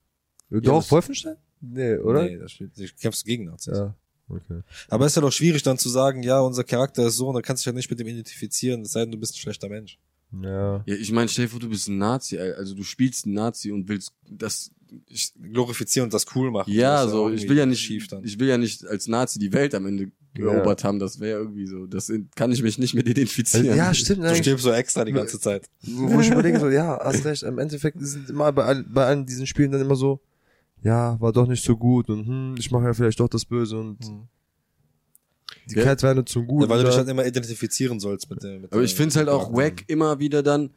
S2: Doch,
S3: das-
S2: Wolfenstein? Nee, oder?
S3: Nee, da spielt, da kämpfst du gegen Nazis.
S2: Ja. Okay.
S3: Aber ist ja doch schwierig dann zu sagen, ja, unser Charakter ist so und dann kannst du dich halt nicht mit dem identifizieren, es sei denn, du bist ein schlechter Mensch.
S2: Ja.
S1: Ja, ich meine, stell dir vor, du bist ein Nazi, Al- also du spielst ein Nazi und willst das. Ich,
S3: Glorifizieren und das cool machen.
S1: ja,
S3: Das ist
S1: so,
S3: auch
S1: ich
S3: irgendwie
S1: will ja nicht,
S3: Schief dann.
S1: ich will ja nicht als Nazi die Welt am Ende
S2: Ja.
S1: erobert haben, das wäre irgendwie so, das kann ich mich nicht mit
S2: Also,
S1: identifizieren.
S2: ja, stimmt.
S3: du
S2: Nein,
S3: stirbst so extra die ganze Zeit.
S2: wo wo ich überlege, so, ja, hast recht, im Endeffekt sind immer bei, all, bei allen diesen Spielen dann immer so, ja, war doch nicht so gut und hm, ich mache ja vielleicht doch das Böse und
S1: Hm.
S2: die
S1: Ja.
S2: Kette wäre nur zum Gut.
S3: Ja, weil du dich
S2: oder?
S3: halt immer identifizieren sollst mit dem. Mit
S1: Aber
S3: dem
S1: ich find's halt auch
S3: Charakter.
S1: wack immer wieder dann.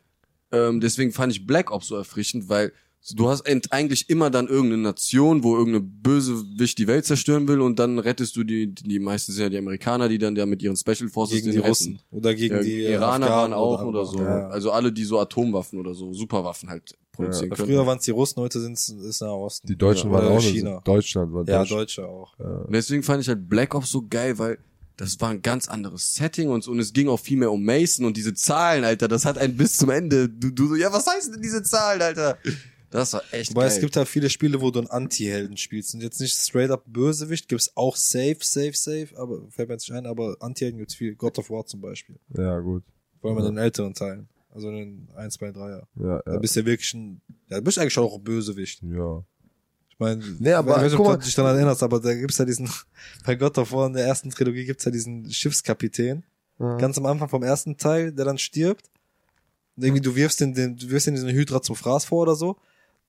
S1: Ähm, deswegen fand ich Black Ops so erfrischend, weil du hast ent- eigentlich immer dann irgendeine Nation, wo irgendeine Bösewicht die Welt zerstören will und dann rettest du die, die meistens sind ja die Amerikaner, die dann ja mit ihren Special Forces
S3: Gegen
S1: den
S3: die
S1: retten.
S3: Russen. Oder gegen
S1: ja,
S3: die
S1: die Iraner
S3: Afghanen
S1: waren auch oder, so.
S3: Ja.
S1: Also alle, die so Atomwaffen oder so, Superwaffen halt produzieren
S3: Weil
S1: können.
S3: Früher waren es die Russen, heute sind es ist Nahe Osten.
S2: die Deutschen
S3: Ja,
S2: waren
S3: oder
S2: auch
S3: China.
S2: nicht. Deutschland war
S3: ja,
S2: Deutschland.
S3: Deutsche auch.
S1: Und deswegen fand ich halt Black Ops so geil, weil das war ein ganz anderes Setting und, so, und es ging auch viel mehr um Mason und diese Zahlen, Alter, das hat einen bis zum Ende. Du, du so, ja, was heißen denn diese Zahlen, Alter? Das war echt
S3: Wobei
S1: geil.
S3: es gibt halt viele Spiele, wo du einen Anti-Helden spielst und jetzt nicht straight up Bösewicht, gibt's auch safe, safe, safe, aber fällt mir jetzt nicht ein, aber Anti-Helden gibt's viel. God of War zum Beispiel.
S2: Ja, ja gut.
S3: Vor allem
S2: Ja.
S3: in den älteren Teilen. Also in den 1, 2, 3er.
S2: Ja,
S3: Da
S2: ja.
S3: bist du ja wirklich ein, ja, du bist eigentlich schon auch ein Bösewicht.
S2: ja.
S3: Ich meine,
S2: Nee, aber
S3: ich weiß nicht,
S2: guck
S3: ob
S2: mal-
S3: du dich daran erinnerst, aber da gibt's ja diesen, bei God of War in der ersten Trilogie gibt's ja diesen Schiffskapitän, Mhm. ganz am Anfang vom ersten Teil, der dann stirbt. Und irgendwie, du wirfst den, den, du wirfst den diesen Hydra zum Fraß vor oder so.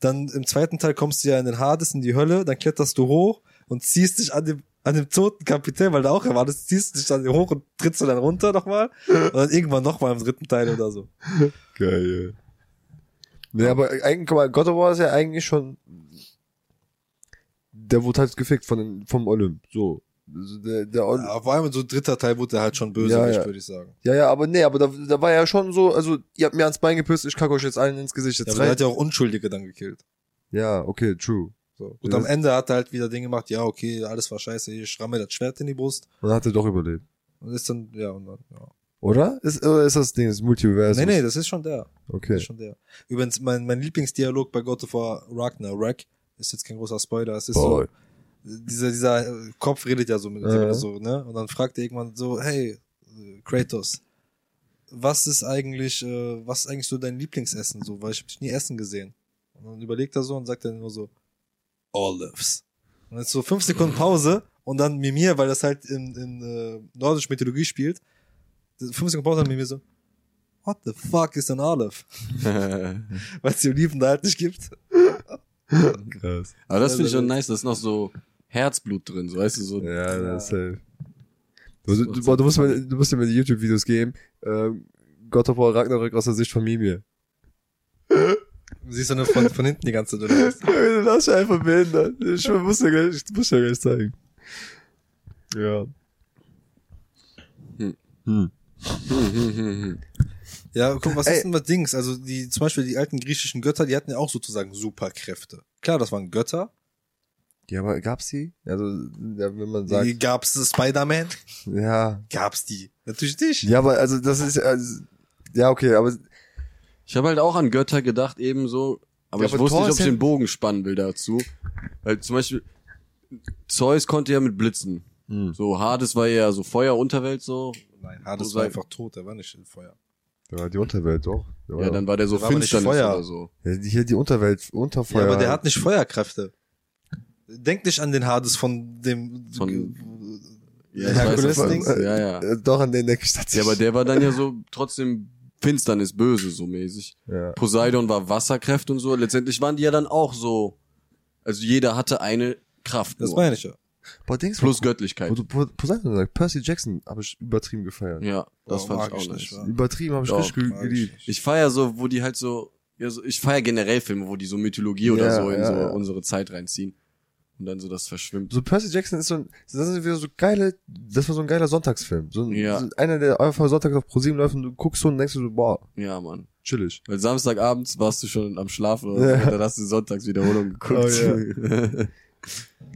S3: Dann im zweiten Teil kommst du ja in den Hades, in die Hölle, dann kletterst du hoch und ziehst dich an dem, an dem toten Kapitän, weil da auch er war, das ziehst dich dann hoch und trittst du dann runter nochmal. Und dann irgendwann nochmal im dritten Teil oder so.
S2: Geil. Nee, aber eigentlich, guck mal, God of War ist ja eigentlich schon. Der wurde halt gefickt von den, vom Olymp. So. Also Der, der Olymp.
S3: Ja, vor allem so ein dritter Teil wurde er halt schon böse,
S2: Ja, ja.
S3: würde ich sagen.
S2: Ja, ja, aber nee, aber da, da war ja schon so, also ihr habt mir ans Bein gepisst, ich kacke euch jetzt allen ins Gesicht.
S3: Ja,
S2: Jetzt
S3: aber der
S2: rein.
S3: hat halt ja auch Unschuldige dann gekillt.
S2: ja, okay, true.
S3: So. Und
S2: Ja.
S3: am Ende hat er halt wieder Dinge gemacht, ja, okay, alles war scheiße, ich schramme das Schwert in die Brust.
S2: Und dann hat er doch überlebt.
S3: Und ist dann, ja, und dann, ja.
S2: Oder? Ist, oder ist das Ding, das Multiversum?
S3: nee, nee, das ist schon der. Das
S2: Okay.
S3: ist schon der. Übrigens, mein, mein Lieblingsdialog bei God of War Ragnarok ist jetzt kein großer Spoiler. Es ist
S2: Boy.
S3: so, dieser, dieser äh, Kopf redet ja so mit
S2: Ja.
S3: oder so, ne? Und dann fragt er irgendwann so, hey, äh, Kratos, was ist eigentlich, äh, was ist eigentlich so dein Lieblingsessen? So, weil ich hab dich nie essen gesehen. Und dann überlegt er so und sagt dann nur so, Olives. Und jetzt so fünf Sekunden Pause und dann Mimir, weil das halt in, in äh, nordischer Mythologie spielt, fünf Sekunden Pause und Mimir so, what the fuck is an Olive? weil es die Oliven da halt nicht gibt.
S2: Krass.
S1: Aber das finde ich schon nice, da ist noch so Herzblut drin, so weißt du, so.
S2: Ja, das ist safe. Du, du, du, musst mir, du musst mir die YouTube-Videos geben. Ähm, God of War Ragnarök aus der Sicht von Mimir.
S3: Siehst du nur von, von hinten die ganze Zeit.
S2: Lass mich einfach behindert. Ich muss dir gleich, ich muss dir gleich zeigen. Ja.
S1: Hm.
S2: Hm.
S3: Ja, guck, was
S2: Ey.
S3: ist denn mit Dings? Also die, zum Beispiel die alten griechischen Götter, die hatten ja auch sozusagen Superkräfte. Klar, das waren Götter.
S2: Ja, aber gab's die? Also, ja, wenn man sagt,
S3: Die gab's Spider-Man?
S2: ja.
S3: Gab's die? Natürlich nicht.
S2: Ja, aber also das ist also, ja okay, aber
S1: Ich habe halt auch an Götter gedacht, ebenso, aber
S2: Ja,
S1: ich
S2: aber
S1: wusste
S2: Thor
S1: nicht,
S2: ist
S1: ob ich
S2: ja-
S1: den Bogen spannen will dazu. Weil zum Beispiel, Zeus konnte ja mit Blitzen.
S2: hm.
S1: So, Hades war ja so Feuer, Unterwelt so.
S3: Nein, Hades
S1: Wo
S3: war
S1: sei-
S3: einfach tot, er war nicht im Feuer.
S2: da war die Unterwelt doch. Da war
S1: Ja, dann war der so
S3: Der war aber nicht
S1: Finsternis
S3: Feuer.
S1: oder so.
S2: ja, die- hier die Unterwelt Unterfeuer.
S3: Ja, aber der hat nicht Feuerkräfte. Denk nicht an den Hades von dem äh,
S1: Von-
S3: Ja,
S1: ich weiß,
S3: Herkules
S1: was-
S3: Dings?
S1: Ja, ja.
S2: Äh, doch an den denke ich tatsächlich.
S1: Ja, aber der war dann ja so trotzdem Finsternis, böse, so mäßig.
S2: ja.
S1: Poseidon war Wasserkräfte und so. Letztendlich waren die ja dann auch so. Also jeder hatte eine Kraft.
S3: Das
S1: nur.
S3: meine ich ja.
S2: Boah, Dings
S1: Plus
S2: wo
S1: Göttlichkeit.
S2: du Po- Poseidon sagst, Percy Jackson habe ich übertrieben gefeiert.
S1: Ja, das
S3: Oh, mag
S1: fand ich
S3: ich
S1: auch
S3: nicht,
S1: nice.
S3: wa?
S2: Übertrieben habe ich
S1: Ja,
S2: richtig ge-
S3: mag ich
S2: geliebt.
S3: nicht.
S1: Ich feier so, wo die halt so, ja, so ich feier generell Filme, wo die so Mythologie oder
S2: Ja,
S1: so in
S2: ja,
S1: so
S2: ja.
S1: unsere Zeit reinziehen. Und dann so das verschwimmt.
S2: So Percy Jackson ist so ein, das sind wieder so geile, das war so ein geiler Sonntagsfilm. So ein,
S1: Ja.
S2: so einer, der einfach sonntags auf ProSieben läuft und du guckst so und denkst dir so, boah,
S1: Ja, Mann.
S2: chillig.
S1: Weil Samstagabends warst du schon am Schlafen oder so,
S2: Ja.
S1: und dann hast du sonntags Wiederholung geguckt.
S2: Oh,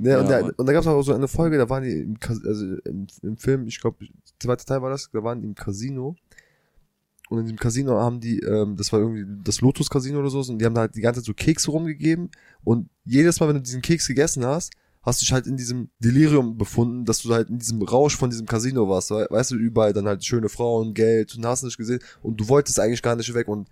S2: Ja,
S1: Ja,
S2: Ne, und, da,
S1: Mann.
S2: und da gab es auch so eine Folge, da waren die im, Cas- also im, im Film, ich glaube, zweiter Teil war das, da waren die im Casino. Und in dem Casino haben die, ähm, das war irgendwie das Lotus-Casino oder so, und die haben da halt die ganze Zeit so Kekse rumgegeben. Und jedes Mal, wenn du diesen Keks gegessen hast, hast du dich halt in diesem Delirium befunden, dass du halt in diesem Rausch von diesem Casino warst. we- Weißt du, überall dann halt schöne Frauen, Geld und hast nicht gesehen. Und du wolltest eigentlich gar nicht weg. Und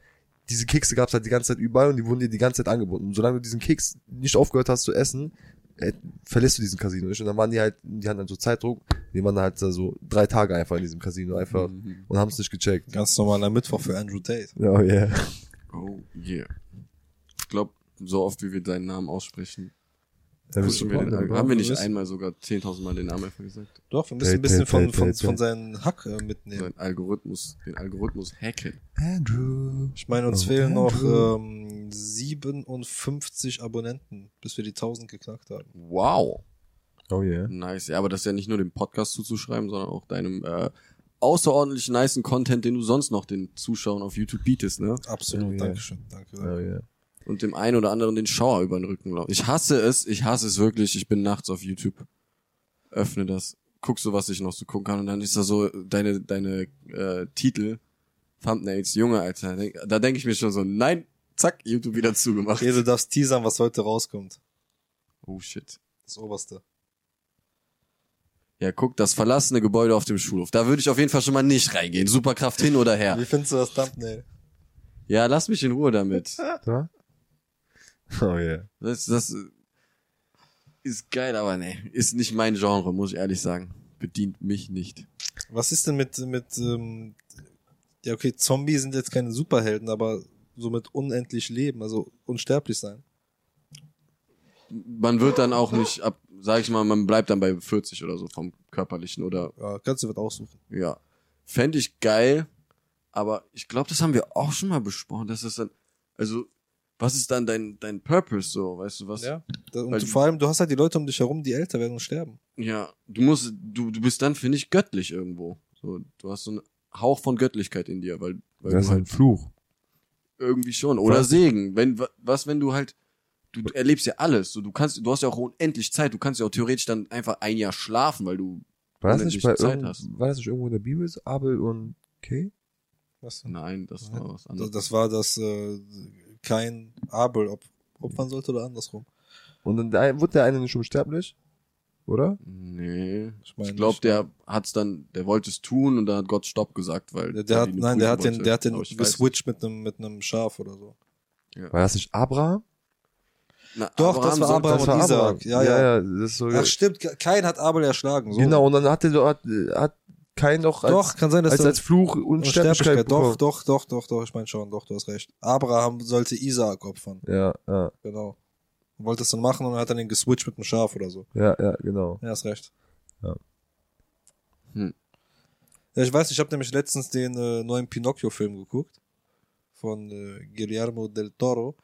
S2: diese Kekse gab es halt die ganze Zeit überall und die wurden dir die ganze Zeit angeboten. Und solange du diesen Keks nicht aufgehört hast zu essen, äh, verlässt du diesen Casino nicht. Und dann waren die halt, die hatten halt so Zeitdruck, die waren halt da so drei Tage einfach in diesem Casino einfach
S1: Mhm.
S2: und haben es nicht gecheckt.
S3: Ganz normaler Mittwoch für Andrew Tate.
S2: Oh yeah.
S1: oh yeah. Ich glaube, so oft wie wir deinen Namen aussprechen,
S2: Da bist
S1: pushen
S2: du
S1: wir den,
S2: voll,
S1: haben wir nicht
S3: Wissen.
S1: einmal sogar 10.000 Mal den Namen einfach gesagt.
S3: Doch, wir müssen ein
S2: Tate,
S3: bisschen
S2: Tate,
S3: von,
S2: Tate,
S3: von,
S2: Tate.
S3: von seinen Hack äh, mitnehmen.
S1: Seinen Algorithmus, den Algorithmus hacken.
S2: Andrew.
S3: Ich meine, uns
S2: Oh,
S3: fehlen noch
S2: Andrew.
S3: ähm, 57 Abonnenten, bis wir die 1000 geknackt haben.
S1: Wow.
S2: Oh yeah.
S1: Nice. Ja, aber das ist ja nicht nur dem Podcast zuzuschreiben, sondern auch deinem äh, außerordentlich nicen Content, den du sonst noch den Zuschauern auf YouTube bietest, ne?
S3: Absolut,
S2: Ja.
S3: Dankeschön. Danke.
S2: Oh yeah.
S1: Und dem einen oder anderen den Schauer über den Rücken laufen. Ich hasse es, ich hasse es wirklich. Ich bin nachts auf YouTube. Öffne das, guck so, was ich noch so gucken kann. Und dann ist da so deine, deine äh, Titel, Thumbnails, Junge, Alter. Denk, da denke ich mir schon so, nein, zack, YouTube wieder zugemacht.
S3: Okay, du darfst teasern, was heute rauskommt.
S1: Oh shit.
S3: Das oberste.
S1: Ja, guck, das verlassene Gebäude auf dem Schulhof. Da würde ich auf jeden Fall schon mal nicht reingehen. Superkraft hin oder her.
S3: Wie findest du das Thumbnail?
S1: Ja, lass mich in Ruhe damit.
S2: Da? Oh yeah.
S1: Das, das äh, ist geil, aber nee, ist nicht mein Genre, muss ich ehrlich sagen. Bedient mich nicht.
S3: Was ist denn mit, mit, ähm, ja, okay, Zombies sind jetzt keine Superhelden, aber somit unendlich leben, also unsterblich sein.
S1: Man wird dann auch nicht ab, sag ich mal, man bleibt dann bei 40 oder so vom körperlichen oder
S3: Ja, kannst du was aussuchen.
S1: ja. Fände ich geil, aber ich glaube, das haben wir auch schon mal besprochen, dass das dann, also, was ist dann dein, dein Purpose so, weißt du was?
S3: Ja. Da- Und
S1: Weil-
S3: du, vor allem, du hast halt die Leute um dich herum, die älter werden und sterben.
S1: Ja, du musst, du, du bist dann, finde ich, göttlich irgendwo. So, du hast so einen Hauch von Göttlichkeit in dir, weil, weil du
S2: Das
S1: halt
S2: ist halt ein Fluch.
S1: irgendwie schon oder
S2: Was?
S1: Segen wenn wa- was wenn du halt du erlebst ja alles so du kannst du hast ja auch unendlich Zeit du kannst ja auch theoretisch dann einfach ein Jahr schlafen weil du
S2: War das
S1: Wenn
S2: nicht
S1: du
S2: bei
S1: Zeit
S2: irgend,
S1: hast.
S2: war das nicht irgendwo in der Bibel? so Abel und Kay?
S3: Weißt du?
S1: nein das war was
S3: Das,
S1: anderes
S3: das war das, äh, kein Abel op opfern sollte oder andersrum.
S2: Und dann der ein- wurde der eine nicht unsterblich? Oder?
S1: nee
S3: Ich meine,
S1: ich glaube der hat's dann der wollte es tun und dann hat Gott Stopp gesagt weil
S3: Der, der
S1: weil
S3: hat,
S1: die eine
S3: nein, der hat
S1: prüfen
S3: den, der hat den
S1: wollte. Aber ich weiß
S3: geswitcht mit einem, mit einem Schaf oder so.
S2: War das nicht Abraham?
S1: nicht. Na,
S3: Doch, das war
S1: sollte-
S3: Abraham und Isaac. Ja, ja.
S2: ja, das ist so.
S3: Ach stimmt, kein hat Abel erschlagen. So.
S2: Genau, und dann hat der so- hat, hat kein doch als,
S3: doch, kann sein, dass
S2: als,
S3: der-
S2: als Fluch Unsterblichkeit
S3: Unsterblichkeit. Doch,
S2: bekommen.
S3: doch, doch, doch, doch, ich meine schon, doch, du hast recht. Abraham sollte Isaac opfern,
S2: Ja, ja,
S3: genau. Und Wollte es dann machen und hat dann den geswitcht mit einem Schaf oder so.
S2: ja, ja, genau.
S3: Ja, hast recht.
S2: Ja.
S1: Hm.
S3: Ja, ich weiß, ich habe nämlich letztens den äh, neuen Pinocchio-Film geguckt. Von äh, Guillermo del Toro.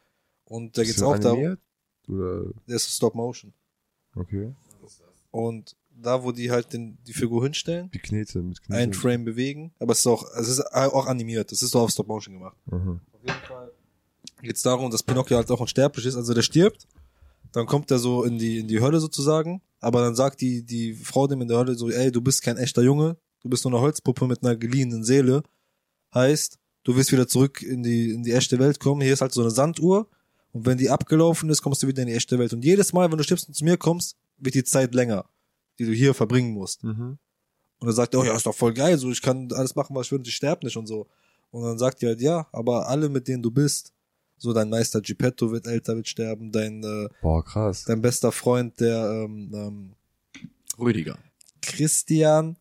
S3: Und da
S2: Ist
S3: geht's
S2: das
S3: auch darum,
S2: animiert? Oder,
S3: der ist Stop Motion.
S2: okay.
S3: Und da, wo die halt den, die Figur hinstellen,
S2: Die Knete mit Knete.
S3: einen Frame bewegen, aber es ist auch, es ist auch animiert, es ist auch auf Stop Motion gemacht.
S2: Aha.
S3: Geht's darum, dass Pinocchio halt auch unsterblich ist, also der stirbt, dann kommt er so in die, in die Hölle sozusagen, aber dann sagt die, die Frau dem in der Hölle so, ey, du bist kein echter Junge, du bist nur eine Holzpuppe mit einer geliehenen Seele, heißt, du wirst wieder zurück in die, in die echte Welt kommen, hier ist halt so eine Sanduhr, und wenn die abgelaufen ist, kommst du wieder in die echte Welt, und jedes Mal, wenn du stirbst und zu mir kommst, wird die Zeit länger, die du hier verbringen musst.
S2: Mhm.
S3: Und dann sagt er, oh ja, ist doch voll geil, so ich kann alles machen, was ich will und ich sterbe nicht und so. Und dann sagt er halt, ja, aber alle, mit denen du bist, so dein Meister Geppetto wird älter, wird sterben, dein, äh,
S2: Boah, krass.
S3: dein bester Freund, der ähm, ähm,
S1: Rüdiger
S3: Christian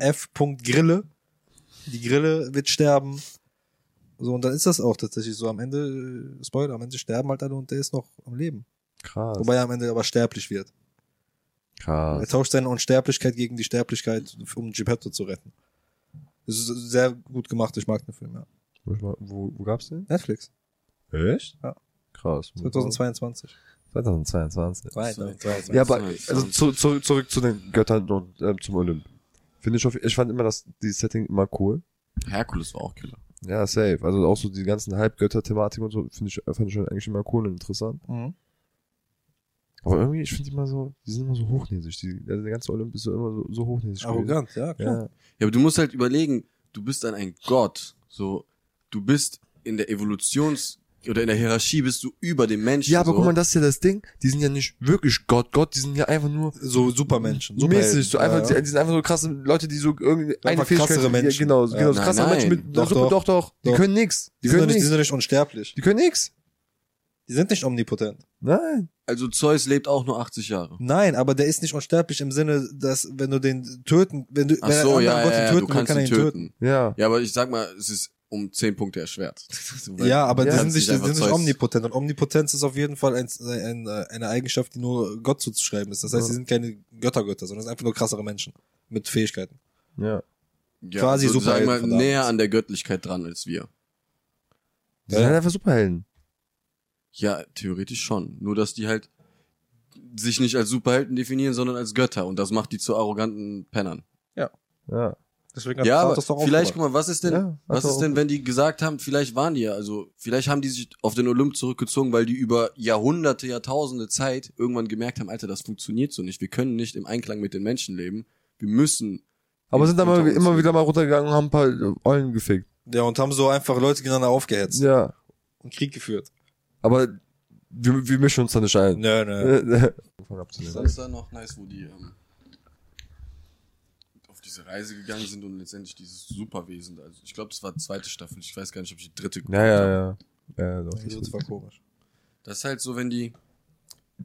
S3: F. Grille, die Grille wird sterben. So, und dann ist das auch tatsächlich so. Am Ende, äh, Spoiler, am Ende sterben halt alle und der ist noch am Leben.
S2: Krass.
S3: Wobei er am Ende aber sterblich wird. Er
S2: krass.
S3: tauscht seine Unsterblichkeit gegen die Sterblichkeit, um Geppetto zu retten. Das ist sehr gut gemacht, ich mag den Film, ja.
S2: Wo, wo gab's den?
S3: Netflix,
S2: Echt?
S3: Ja.
S2: Krass.
S3: 2022.
S2: 2022.
S3: Weiter.
S2: Ja, aber also zu, zu, zurück zu den Göttern und ähm, zum Olymp. Finde ich, auf- ich fand immer das die Setting immer cool.
S1: Herkules war auch Killer.
S2: Ja, safe. Also auch so die ganzen Halbgötter-Thematik und so finde ich, fand ich eigentlich immer cool und interessant.
S3: Mhm.
S2: Aber irgendwie, ich finde die immer so, die sind immer so hochnäsig. Die, also der ganze Olymp ist so immer so, so hochnäsig. gewesen.
S3: Arrogant, ja, klar.
S2: Ja.
S1: Ja, aber du musst halt überlegen, du bist dann ein Gott. So, du bist in der Evolutions- oder in der Hierarchie bist du über dem Menschen.
S2: ja, aber
S1: so.
S2: guck mal, das ist ja das Ding. Die sind ja nicht wirklich Gott, Gott, die sind ja einfach nur
S3: So Supermenschen. Superhelden.
S2: mäßig. So einfach,
S3: Ja,
S2: Die, die sind einfach so krasse Leute, die so irgendeine
S3: Einfach
S2: Fähigkeit
S3: krassere Menschen.
S2: Ja, genau, so-
S3: Ja.
S2: genau, so
S1: Nein,
S2: krasse Menschen
S1: nein.
S2: mit
S3: Doch,
S2: super,
S3: doch.
S2: doch, doch. Die
S3: Doch.
S2: können nix. Die,
S3: die, sind doch
S2: können
S3: nicht, die
S2: nix.
S3: sind doch nicht unsterblich.
S2: Die können nix.
S3: Die sind nicht omnipotent.
S2: Nein.
S1: Also Zeus lebt auch nur 80 Jahre.
S3: Nein, aber der ist nicht unsterblich im Sinne, dass wenn du den töten, wenn du,
S1: Ach
S3: wenn
S1: so,
S3: einen
S1: ja,
S3: anderen Gott
S1: ja, ja,
S3: ihn
S1: du kannst ihn töten.
S2: Ja.
S1: Ja, aber ich sag mal, es ist um 10 Punkte erschwert. So, weil-
S3: Ja, aber
S2: Ja,
S3: die
S1: kannst
S3: sind
S1: nicht
S3: nicht, die
S1: einfach
S3: sind nicht
S1: Zeus-
S3: omnipotent. Und Omnipotenz ist auf jeden Fall ein, ein, eine Eigenschaft, die nur Gott zuzuschreiben ist. Das heißt,
S2: Ja.
S3: sie sind keine Göttergötter, sondern es sind einfach nur krassere Menschen mit Fähigkeiten.
S2: Ja.
S1: ja,
S3: quasi
S1: so, sag
S3: Superhelden
S1: mal,
S3: von damals.
S1: näher an der Göttlichkeit dran als wir.
S2: Die sind
S3: Ja.
S2: halt einfach Superhelden.
S1: Ja, theoretisch schon. Nur, dass die halt sich nicht als Superhelden definieren, sondern als Götter. Und das macht die zu arroganten Pennern.
S2: Ja.
S3: Deswegen
S1: Ja, aber vielleicht, guck mal, was ist denn,
S2: Ja, hat
S1: was
S2: er
S1: ist
S2: auch
S1: denn, wenn die gesagt haben, vielleicht waren die ja, also, vielleicht haben die sich auf den Olymp zurückgezogen, weil die über Jahrhunderte, Jahrtausende Zeit irgendwann gemerkt haben, Alter, das funktioniert so nicht. Wir können nicht im Einklang mit den Menschen leben. Wir müssen.
S2: Aber sind dann mal,
S1: unter uns
S2: immer
S1: leben.
S2: wieder mal runtergegangen und haben ein paar Eulen gefickt.
S3: Ja, und haben so einfach Leute gegeneinander aufgehetzt
S2: Ja.
S3: und Krieg geführt.
S2: Aber wir, wir mischen uns da nicht ein.
S3: Nö, nö.
S2: Äh,
S1: Das ist dann noch nice, wo die ähm, auf diese Reise gegangen sind und letztendlich dieses Superwesen. Also ich glaube, das war die zweite Staffel. Ich weiß gar nicht, ob ich die dritte geguckt
S2: ja, ja,
S1: habe.
S2: ja. ja doch, das
S3: Das
S2: ist
S3: war komisch.
S1: Das ist halt so, wenn die.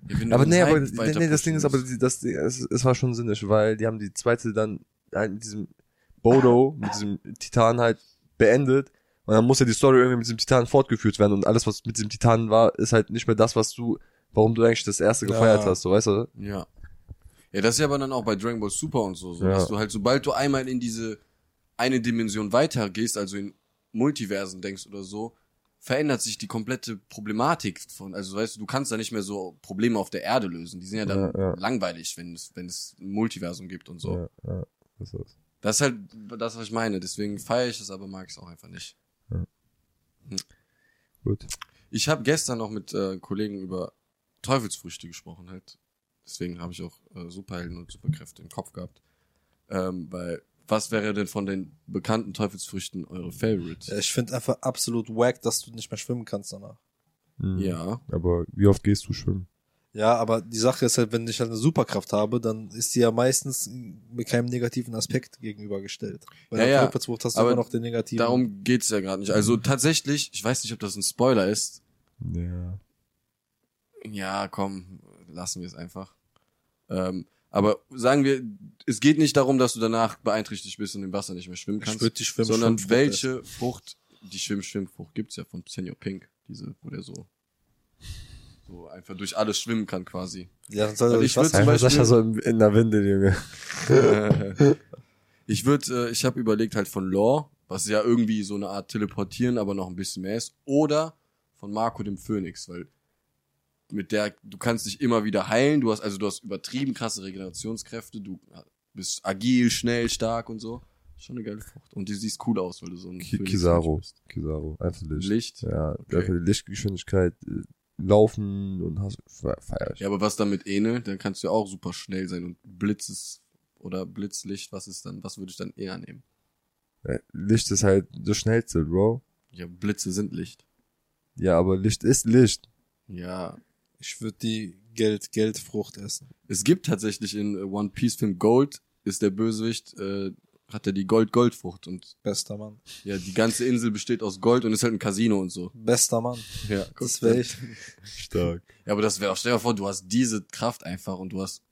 S1: Ja, wenn du
S2: aber
S1: den
S2: nee, aber
S1: Hype
S2: nee,
S1: weiter
S2: nee, das Ding
S1: pushen
S2: ist aber,
S1: willst.
S2: die- das, die- es, es war schon sinnig, weil die haben die zweite dann halt mit diesem Bodo, mit diesem Titan halt beendet. Und dann muss ja die Story irgendwie mit diesem Titan fortgeführt werden. Und alles, was mit diesem Titan war, ist halt nicht mehr das, was du, warum du eigentlich das erste
S3: Ja.
S2: gefeiert hast, so weißt du?
S1: Ja. Ja, das ist ja aber dann auch bei Dragon Ball Super und so, so
S2: Ja.
S1: dass du halt, sobald du einmal in diese eine Dimension weitergehst, also in Multiversen denkst oder so, verändert sich die komplette Problematik von, also weißt du, du kannst da nicht mehr so Probleme auf der Erde lösen. Die sind ja dann
S2: Ja, ja.
S1: langweilig, wenn es, wenn es ein Multiversum gibt und so.
S2: Ja, ja, das ist es.
S1: Das ist halt das, was ich meine. Deswegen feiere ich es, aber mag ich es auch einfach nicht.
S2: Gut.
S1: Ich habe gestern noch mit äh, Kollegen über Teufelsfrüchte gesprochen, halt. Deswegen habe ich auch äh, Superhelden und Superkräfte im Kopf gehabt. Ähm, weil, was wäre denn von den bekannten Teufelsfrüchten eure Favorite?
S3: Ja, ich finde einfach absolut wack, dass du nicht mehr schwimmen kannst danach.
S2: Mhm.
S1: Ja.
S2: Aber wie oft gehst du schwimmen?
S3: Ja, aber die Sache ist halt, wenn ich halt eine Superkraft habe, dann ist die ja meistens mit keinem negativen Aspekt gegenübergestellt. Bei
S1: Ja,
S3: der
S1: ja.
S3: Teufelsfrucht hast du
S1: Aber
S3: immer noch den negativen.
S1: Darum geht's ja gerade nicht. Also tatsächlich, ich weiß nicht, ob das ein Spoiler ist.
S2: Ja.
S1: Ja, komm, lassen wir es einfach. Ähm, aber sagen wir, es geht nicht darum, dass du danach beeinträchtigt bist und im Wasser nicht mehr schwimmen
S3: ich
S1: kannst.
S3: würde die Schwimm
S1: sondern
S3: Schwimmfrucht essen.
S1: welche Frucht, die Schwimm-Schwimmfrucht gibt's ja von Senior Pink, diese, wo der so, so einfach durch alles schwimmen kann quasi.
S3: Ja, dann soll
S1: Also
S3: er
S1: ich
S3: durch Wasser
S1: würd- Zum
S2: Einfach
S1: Beispiel-
S2: Sascha so in, in der Windel, Junge.
S1: ich würde, äh, ich habe überlegt halt von Lore, was ja irgendwie so eine Art Teleportieren, aber noch ein bisschen mehr ist, oder von Marco dem Phönix, weil mit der, du kannst dich immer wieder heilen, du hast, also du hast übertrieben krasse Regenerationskräfte, du bist agil, schnell, stark und so. Schon eine geile Frucht. Und die siehst cool aus, weil du so ein
S2: Ki
S1: Phönix
S2: Kizaru.
S1: bist.
S2: Kizaru. Einfach Licht.
S1: Licht.
S2: Ja,
S1: Okay.
S2: einfach die Lichtgeschwindigkeit, äh, laufen und hast, fe- feier ich.
S1: Ja, aber was damit ähnelt, dann kannst du ja auch super schnell sein und Blitzes oder Blitzlicht, was ist dann, was würde ich dann eher nehmen?
S2: Äh, Licht ist halt das schnellste, Bro.
S1: Ja, Blitze sind Licht.
S2: Ja, aber Licht ist Licht.
S1: Ja.
S3: Ich würde die Geld, Geldfrucht essen.
S1: Es gibt tatsächlich in äh, One Piece Film Gold, ist der Bösewicht, äh, hat er die Gold-Goldfrucht und
S3: Bester Mann.
S1: ja, die ganze Insel besteht aus Gold und ist halt ein Casino und so.
S3: Bester Mann.
S1: Ja,
S3: Das wäre ich.
S2: Stark.
S1: ja aber das wäre auch, stell dir vor, du hast diese Kraft einfach und du hast,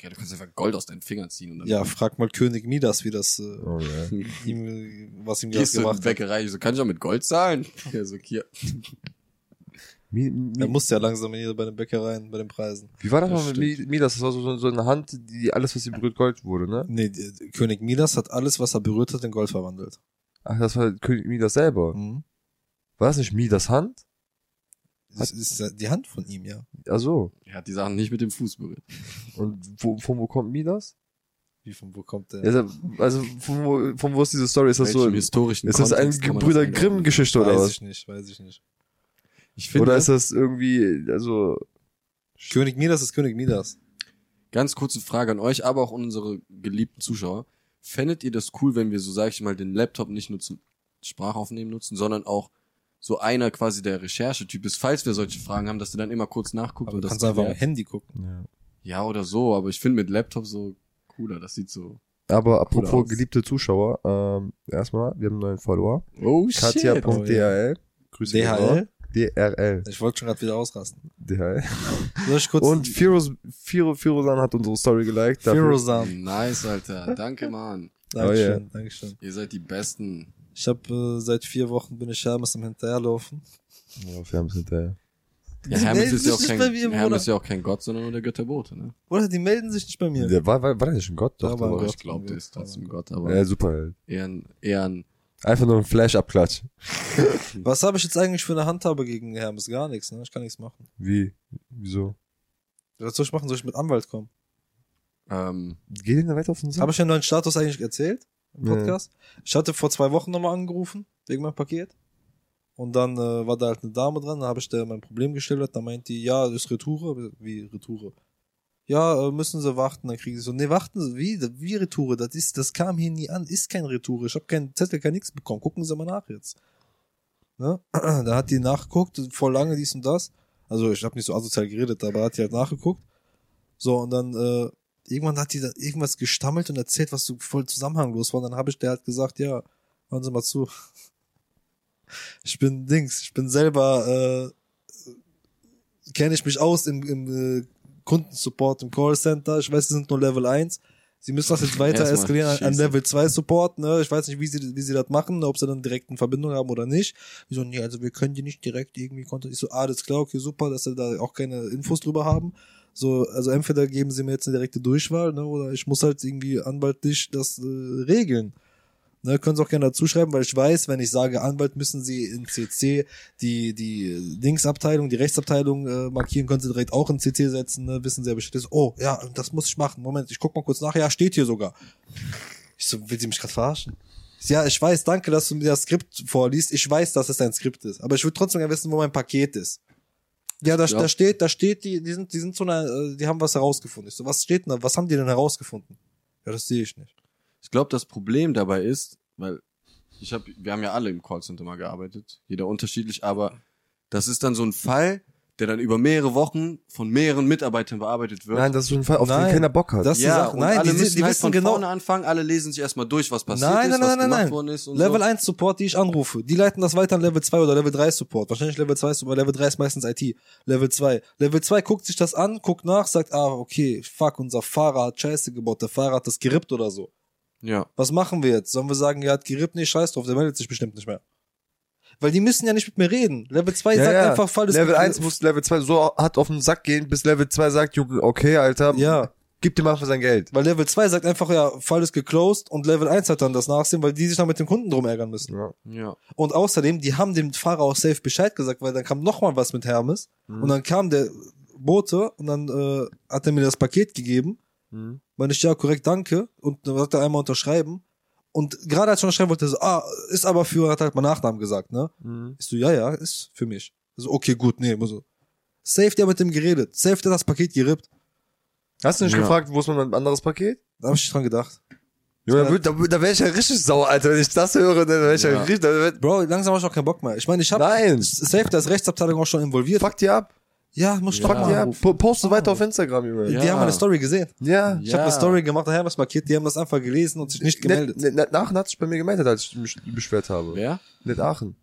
S1: ja, du kannst einfach Gold aus deinen Fingern ziehen und dann
S3: Ja, frag mal König Midas, wie das äh,
S2: Oh, ja.
S3: ihm, was ihm das
S1: gehst du in die
S3: gemacht hat.
S1: Bäckerei, ich so, kann ich auch mit Gold zahlen? Ja, so, hier.
S2: Mi,
S3: Er
S2: mi,
S3: muss ja langsam hier bei den Bäckereien, bei den Preisen.
S2: wie war das
S1: Das
S2: mal mit Mi- Midas? Das war so, so, so eine Hand, die alles, was sie berührt, Gold wurde, ne?
S3: Nee, die- König Midas hat alles, was er berührt hat, in Gold verwandelt.
S2: Ach, das war König Midas selber.
S3: Mhm.
S2: War das nicht Midas Hand?
S3: Das ist die Hand von ihm, ja.
S2: Ach so.
S1: Er hat die Sachen nicht mit dem Fuß berührt.
S2: Und wo, von wo kommt mir das?
S3: Wie von wo kommt der?
S2: Also, also von, wo, von wo ist diese Story? Ist das so,
S1: Welchem
S2: ist
S1: historischen
S2: das eine
S1: Kontext kann man das
S2: Brüder
S1: einordnen?
S2: Grimm Geschichte oder
S3: weiß
S2: was?
S3: ich nicht, weiß ich nicht.
S1: Ich finde,
S2: Oder ist das irgendwie, also,
S3: König Midas ist König Midas.
S1: ganz kurze Frage an euch, aber auch an unsere geliebten Zuschauer. Fändet ihr das cool, wenn wir so, sag ich mal, den Laptop nicht nur zum Sprachaufnehmen nutzen, sondern auch so einer quasi der Recherchetyp ist, falls wir solche Fragen haben, dass du dann immer kurz nachguckst
S3: Aber
S1: und
S3: du
S1: das
S3: kannst einfach am
S1: klärt?
S3: Handy gucken.
S1: Ja, oder so, aber ich finde mit Laptop so cooler, das sieht so.
S2: Aber apropos
S1: aus.
S2: geliebte Zuschauer, ähm, erstmal, wir haben einen neuen Follower.
S1: Oh
S2: Katja.dhl. Grüße gehen raus.
S3: DHL?
S2: DRL.
S3: Ich wollte schon gerade wieder ausrasten.
S2: DHL.
S3: Soll ich kurz
S2: Und Firoz, Firo, Firozan hat unsere Story geliked. dafür-
S3: Firozan.
S1: Nice, Alter. Danke, Mann.
S3: Dankeschön,
S2: Oh, yeah.
S3: Dankeschön.
S1: Ihr seid die Besten.
S3: Ich habe äh, seit vier Wochen bin ich Hermes am Hinterherlaufen.
S2: Ja, wir haben es hinterher.
S1: Ja,
S3: Die
S1: Hermes
S3: melden
S1: ist ja,
S3: sich
S1: auch
S3: nicht
S1: kein,
S3: bei mir, Bruder.
S1: Hermes ist ja auch kein Gott, sondern nur der Götterbote, ne?
S3: Oder die melden sich nicht bei mir.
S2: Der war, war, war der nicht ein Gott? Doch,
S3: Ja,
S2: der
S3: war ein
S1: Aber
S2: war
S1: ich
S3: Gott.
S1: glaube, der ist trotzdem Gott, aber
S2: Ja, super.
S1: eher ein, eher ein
S2: Einfach nur ein Flash-Abklatsch.
S3: Was habe ich jetzt eigentlich für eine Handhabe gegen Hermes? Gar nichts, ne? Ich kann nichts machen.
S2: Wie? Wieso?
S3: Was soll ich machen? Soll ich mit Anwalt kommen?
S1: ähm,
S2: Geh denn da weiter auf den Sack?
S3: Habe ich ja neuen Status eigentlich erzählt im
S2: Nee.
S3: Podcast? Ich hatte vor zwei Wochen nochmal angerufen, wegen meinem Paket. Und dann äh, war da halt eine Dame dran, dann habe ich der mein Problem geschildert, dann meint die, ja, das ist Retoure, wie Retoure. Ja, äh, müssen sie warten, dann kriegen sie so, nee, warten sie, wie, wie Retoure, das ist, das kam hier nie an, ist kein Retoure, ich habe keinen Zettel, kein nix bekommen, gucken sie mal nach jetzt. Ne? Da hat die nachgeguckt, vor lange dies und das, also ich habe nicht so asozial geredet, aber hat die halt nachgeguckt. So, und dann äh, irgendwann hat die dann irgendwas gestammelt und erzählt, was so voll zusammenhanglos war. Und dann habe ich der halt gesagt, ja, hören Sie mal zu. Ich bin Dings, ich bin selber, äh, kenne ich mich aus im, im äh, Kundensupport, im Callcenter. Ich weiß, Sie sind nur Level 1. Sie müssen das jetzt weiter
S1: Erstmal
S3: eskalieren an, an
S1: schießen.
S3: Level 2 Support, ne? Ich weiß nicht, wie sie, wie sie das machen, ob sie dann direkt eine Verbindung haben oder nicht. Die so, nee, also wir können die nicht direkt irgendwie kontaktieren. Ich so, ah, das ist klar, okay, super, dass sie da auch keine Infos drüber haben. So, also entweder geben sie mir jetzt eine direkte Durchwahl, ne, oder ich muss halt irgendwie anwaltlich das äh, regeln. Ne, können sie auch gerne dazu schreiben, weil ich weiß, wenn ich sage Anwalt, müssen sie in CC die, die Linksabteilung, die Rechtsabteilung äh, markieren, können sie direkt auch in CC setzen, ne, wissen sie ja bestimmt. Oh, ja, das muss ich machen. Moment, ich guck mal kurz nach. Ja, steht hier sogar. Ich so, will sie mich gerade verarschen? Ich so, Ja, ich weiß, danke, dass du mir das Skript vorliest. Ich weiß, dass es ein Skript ist. Aber ich würde trotzdem gerne wissen, wo mein Paket ist. Ja, da,
S1: Ja.
S3: da steht, da steht, die, die sind, die sind so einer, äh, die haben was herausgefunden. Ich so, was steht denn da? Was haben die denn herausgefunden? Ja, das sehe ich nicht.
S1: Ich glaube, das Problem dabei ist, weil ich habe, wir haben ja alle im Callcenter mal gearbeitet, jeder unterschiedlich, aber das ist dann so ein Fall, der dann über mehrere Wochen von mehreren Mitarbeitern bearbeitet wird.
S2: Nein, das ist so ein Fall, auf
S3: Nein,
S2: den keiner Bock hat.
S3: das- ist die
S1: ja,
S3: Sache.
S1: und
S3: Nein,
S1: alle
S3: die
S1: müssen
S3: sind- die
S1: halt
S3: wissen
S1: von
S3: genau-
S1: vorne anfangen, alle lesen sich erstmal durch, was passiert
S3: Nein,
S1: ist,
S3: nein,
S1: was
S3: nein, nein,
S1: gemacht
S3: nein.
S1: worden ist und
S3: Level
S1: so.
S3: 1 Support, die ich anrufe, die leiten das weiter an Level 2 oder Level 3 Support. Wahrscheinlich Level 2 Support, Level 3 ist meistens IT. Level 2. Level 2 guckt sich das an, guckt nach, sagt, ah, okay, fuck, unser Fahrer hat Scheiße gebaut, der Fahrer hat das gerippt oder so.
S1: Ja,
S3: Was machen wir jetzt? Sollen wir sagen, er hat gerippt? Nee, scheiß drauf, der meldet sich bestimmt nicht mehr. Weil die müssen ja nicht mit mir reden. Level 2 sagt einfach, Fall ist
S2: Level 1 muss Level 2 so hat auf den Sack gehen, bis Level 2 sagt, Junge, okay, Alter,
S3: Ja.
S2: gib dir mal für sein Geld.
S3: Weil Level 2 sagt einfach, ja, Fall ist geclosed und Level 1 hat dann das Nachsehen, weil die sich dann mit dem Kunden drum ärgern müssen.
S2: Ja.
S1: ja.
S3: Und außerdem, die haben dem Fahrer auch safe Bescheid gesagt, weil dann kam nochmal was mit Hermes und dann kam der Bote und dann äh, hat er mir das Paket gegeben.
S2: Mhm.
S3: Meine ich, ja, korrekt, danke. Und dann sagt er einmal unterschreiben. Und gerade als ich unterschreiben wollte, so, ah, ist aber für, hat halt mein Nachnamen gesagt, ne?
S2: Mhm.
S3: Ich so, ja, ja, ist für mich. So, okay, gut, nee, muss so. Safe, der hat mit dem geredet. Safe, der hat das Paket gerippt.
S2: Hast du nicht
S1: Ja.
S2: gefragt, wo ist mein anderes Paket?
S3: Da hab ich nicht dran gedacht.
S2: Junge,
S3: Ja.
S2: da, würd- da, da wäre ich ja richtig sauer, Alter. Wenn ich das höre, dann wäre ich ja,
S1: Ja.
S2: richtig. Da wär,
S3: Bro, langsam hab ich auch keinen Bock mehr. Ich meine, ich hab
S2: nein!
S3: safe, da ist Rechtsabteilung auch schon involviert.
S2: Fuck die ab!
S3: Ja, muss ich
S1: Ja.
S3: doch
S2: Fuck die
S3: mal.
S2: ab! Po- Poste weiter auf Instagram, Junge.
S1: Ja.
S3: Die haben meine Story gesehen.
S2: Ja. Ne-
S3: Ich habe eine Story gemacht, daher was markiert, die haben das einfach gelesen und sich nicht gemeldet.
S2: Net, Net, Aachen hat sich bei mir gemeldet, als ich mich beschwert habe.
S1: Wer?
S2: Net Aachen.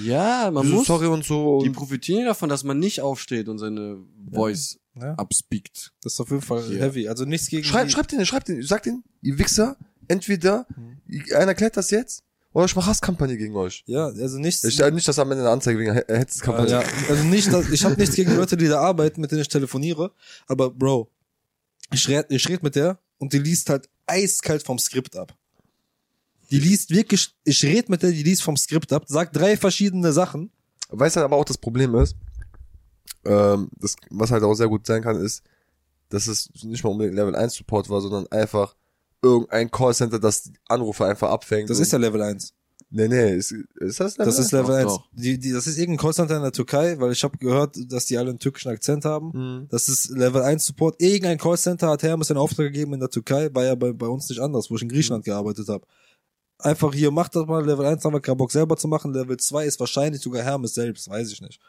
S1: Ja, man
S2: Wieso
S1: muss.
S2: sorry und so.
S1: Die
S2: Und
S1: profitieren davon, dass man nicht aufsteht und seine Voice
S3: Ja.
S1: abspeakt.
S3: Das ist auf jeden Fall
S1: Hier.
S3: heavy. Also nichts gegen
S2: schreib,
S3: die,
S2: schreib den, schreib den, sag den, ihr Wichser, entweder
S3: Mhm.
S2: einer klärt das jetzt oder ich mache Hasskampagne gegen euch.
S3: Ja, also nichts.
S2: Ich, äh, nicht, dass am Ende eine Anzeige wegen He- Hetzkampagne.
S3: ja, also nicht, dass, ich habe nichts gegen die Leute, die da arbeiten, mit denen ich telefoniere, aber Bro, ich red, ich red mit der und die liest halt eiskalt vom Skript ab. Die liest wirklich, ich red mit der, die liest vom Skript ab, sagt drei verschiedene Sachen.
S2: halt Weißt du, aber auch das Problem ist, Ähm, das, was halt auch sehr gut sein kann, ist, dass es nicht mal unbedingt Level 1 Support war, sondern einfach irgendein Callcenter, das die Anrufe einfach abfängt.
S3: Das
S2: und-
S3: ist ja Level 1.
S2: Nee, nee, ist, ist das Level
S3: Das
S2: 1?
S3: ist Level 1.
S1: Doch.
S3: Die, die, das ist irgendein Callcenter in der Türkei, weil ich habe gehört, dass die alle einen türkischen Akzent haben.
S2: Mhm.
S3: Das ist Level 1 Support. Irgendein Callcenter hat Hermes den Auftrag gegeben in der Türkei, war ja bei, bei uns nicht anders, wo ich in
S1: Mhm.
S3: Griechenland gearbeitet habe. Einfach hier, macht das mal. Level 1 haben wir keinen Bock selber zu machen. Level 2 ist wahrscheinlich sogar Hermes selbst, weiß ich nicht.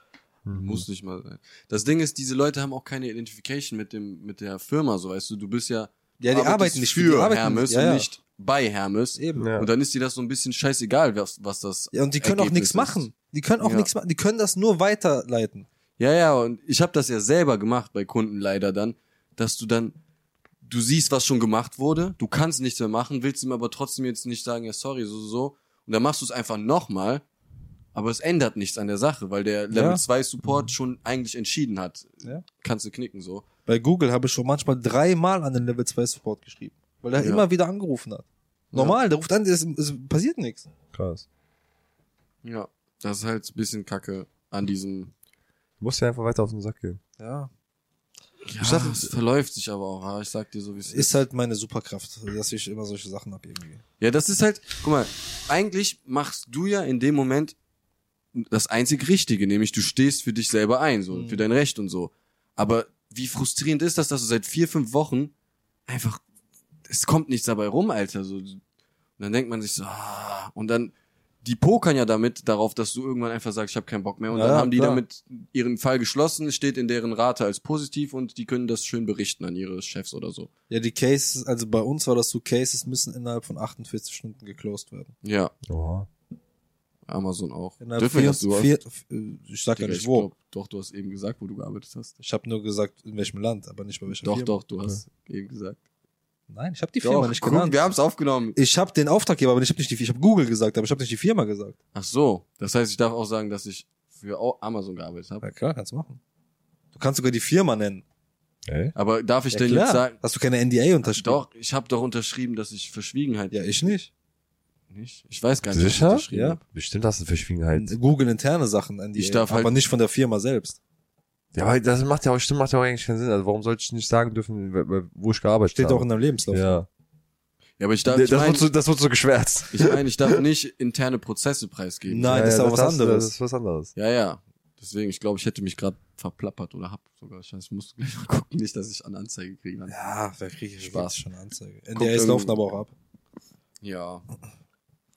S2: Mhm.
S3: Mhm.
S1: Muss nicht mal sein. Das Ding ist, diese Leute haben auch keine Identification mit dem, mit der Firma, so weißt du, du bist ja,
S3: Ja, die
S1: arbeitest
S3: arbeiten nicht
S1: für
S3: die arbeiten,
S1: Hermes
S3: ja,
S1: und
S3: ja.
S1: nicht bei Hermes.
S3: Eben.
S2: Ja.
S1: Und dann ist dir das so ein bisschen scheißegal, was, was das.
S3: Ja, und die können auch
S1: Ergebnis
S3: nichts
S1: ist.
S3: machen. Die können auch
S1: Ja.
S3: nichts machen. Die können das nur weiterleiten.
S1: Ja, ja, und ich habe das ja selber gemacht bei Kunden leider dann, dass du dann, du siehst, was schon gemacht wurde, du kannst nichts mehr machen, willst ihm aber trotzdem jetzt nicht sagen, ja, sorry, so, so, so. Und dann machst du es einfach nochmal, aber es ändert nichts an der Sache, weil der Level
S3: Ja.
S1: 2 Support schon eigentlich entschieden hat.
S3: Ja.
S1: Kannst du knicken so.
S3: Bei Google habe ich schon manchmal dreimal an den Level 2 Support geschrieben, weil er
S1: Ja.
S3: immer wieder angerufen hat. Normal, der ruft an, es, es passiert nichts.
S2: Krass.
S1: Ja, das ist halt ein bisschen kacke an diesem.
S2: Du musst ja einfach weiter auf den Sack gehen.
S3: Ja.
S1: Ja, dachte, es verläuft sich aber auch, ja, ich sag dir so, wie es ist.
S3: Ist halt meine Superkraft, dass ich immer solche Sachen habe irgendwie.
S1: Ja, das ist halt, guck mal, eigentlich machst du ja in dem Moment das einzig Richtige, nämlich du stehst für dich selber ein, so,
S3: Mhm.
S1: für dein Recht und so. Aber wie frustrierend ist das, dass du seit vier, fünf Wochen einfach, es kommt nichts dabei rum, Alter, so. Und dann denkt man sich so, ah, und dann, die pokern ja damit darauf, dass du irgendwann einfach sagst, ich habe keinen Bock mehr. Und
S3: Ja,
S1: dann
S3: ja,
S1: haben die
S3: klar.
S1: damit ihren Fall geschlossen, steht in deren Rate als positiv und die können das schön berichten an ihre Chefs oder so.
S3: Ja, die Cases, also bei uns war das so, Cases müssen innerhalb von 48 Stunden geclosed werden.
S1: Ja,
S2: Oha.
S1: Amazon auch.
S3: Innerhalb
S1: Dürfen wir das
S3: vier,
S1: sowas?
S3: vier, äh, ich sag ja
S1: Digga,
S3: nicht
S1: ich
S3: wo.
S1: glaub, doch, du hast eben gesagt, wo du gearbeitet hast.
S3: Ich habe nur gesagt, in welchem Land, aber nicht bei welcher
S1: Doch,
S3: Firma.
S1: doch, du hast eben gesagt.
S3: Nein, ich habe die
S1: Doch,
S3: Firma nicht
S1: guck,
S3: genannt.
S1: wir haben es aufgenommen.
S3: ich habe den Auftraggeber, aber ich habe nicht die, ich habe Google gesagt, aber ich habe nicht die Firma gesagt.
S1: Ach so, das heißt, ich darf auch sagen, dass ich für Au- Amazon gearbeitet habe.
S3: Ja klar, kannst du machen. Du kannst sogar die Firma nennen.
S2: Ey?
S1: Aber darf ich
S3: Ja,
S1: denn
S3: klar.
S1: jetzt sagen?
S3: Hast du keine NDA unterschrieben?
S1: Doch, ich habe doch unterschrieben, dass ich Verschwiegenheit
S3: Ja, ich nicht.
S1: nicht. Ich weiß gar nicht,
S2: Sicher?
S1: was ich unterschrieben
S3: Ja.
S1: habe.
S2: Bestimmt hast du halt. Verschwiegenheit.
S3: Google interne Sachen, NDA,
S1: Ich darf
S3: aber
S1: halt-
S3: nicht von der Firma selbst.
S2: Ja, aber das macht ja auch, stimmt, macht ja auch eigentlich keinen Sinn. Also warum sollte ich nicht sagen dürfen, w- w- wo ich gearbeitet
S3: Steht
S2: habe?
S3: auch in deinem Lebenslauf.
S2: Ja.
S1: Ja, aber ich darf,
S2: Das,
S1: ich meine,
S2: wird so, das wird so geschwärzt.
S1: ich, mein, ich darf nicht interne Prozesse preisgeben.
S3: Nein, das ist aber was
S2: hast du-
S3: anderes.
S2: Das ist was anderes.
S1: Ja, ja. Deswegen, ich glaube, ich hätte mich gerade verplappert oder hab sogar. Ich weiß, ich muss gleich mal gucken, nicht, dass ich eine Anzeige kriege. dann.
S3: Ja, wer kriege ich
S1: Spaß. ähm,
S3: Spaß schon eine Anzeige. NDAs
S1: irgendwo-
S3: laufen aber auch ab.
S1: Ja.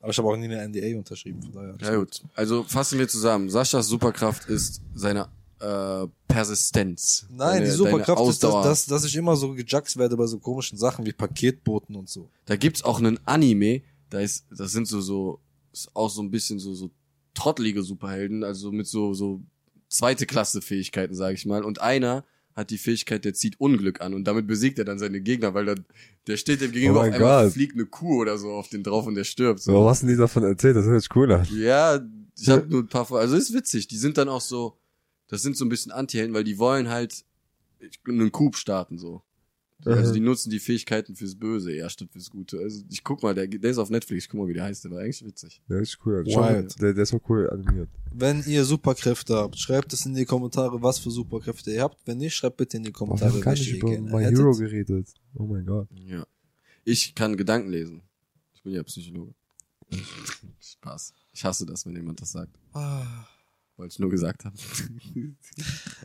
S3: Aber ich habe auch nie eine NDA unterschrieben, von daher.
S1: Ja gut, also fassen wir zusammen. Saschas Superkraft ist seine äh, Persistenz.
S3: Nein,
S1: seine,
S3: die
S1: deine
S3: Superkraft ist,
S1: Ausdauer.
S3: dass, dass, dass ich immer so gejuckt werde bei so komischen Sachen wie Paketboten und so.
S1: Da gibt's auch einen Anime, da ist, das sind so so ist auch so ein bisschen so so trottelige Superhelden, also mit so so zweite Klasse Fähigkeiten, sage ich mal. Und einer hat die Fähigkeit, der zieht Unglück an und damit besiegt er dann seine Gegner, weil dann der steht dem gegenüber
S2: Oh
S1: auf
S2: mein
S1: einmal
S2: Gott.
S1: fliegt eine Kuh oder so auf den drauf und der stirbt. So.
S2: So, was hast denn die davon erzählt? Das hört sich cool an.
S1: Ja, ich habe nur ein paar Folgen. Also ist witzig. Die sind dann auch so, das sind so ein bisschen Anti-Helden, weil die wollen halt einen Coup starten so. Also
S2: Mhm.
S1: die nutzen die Fähigkeiten fürs Böse, ja, statt fürs Gute. Also ich guck mal, der, der ist auf Netflix, ich guck mal, wie der heißt, der war eigentlich witzig.
S2: Der ist cool.
S3: Wild.
S2: Schau mal, Der, der ist auch cool animiert.
S3: Wenn ihr Superkräfte habt, schreibt es in die Kommentare, was für Superkräfte ihr habt. Wenn nicht, schreibt bitte in die
S2: Warum
S3: Kommentare,
S2: haben wir gar nicht
S3: welche ihr
S2: über
S3: gerne
S2: My Hero
S3: hättet.
S2: geredet? Oh mein Gott.
S1: Ja. Ich kann Gedanken lesen. Ich bin ja Psychologe. Spaß. Ich hasse das, wenn jemand das sagt.
S3: Ah.
S1: Wollte ich nur gesagt haben.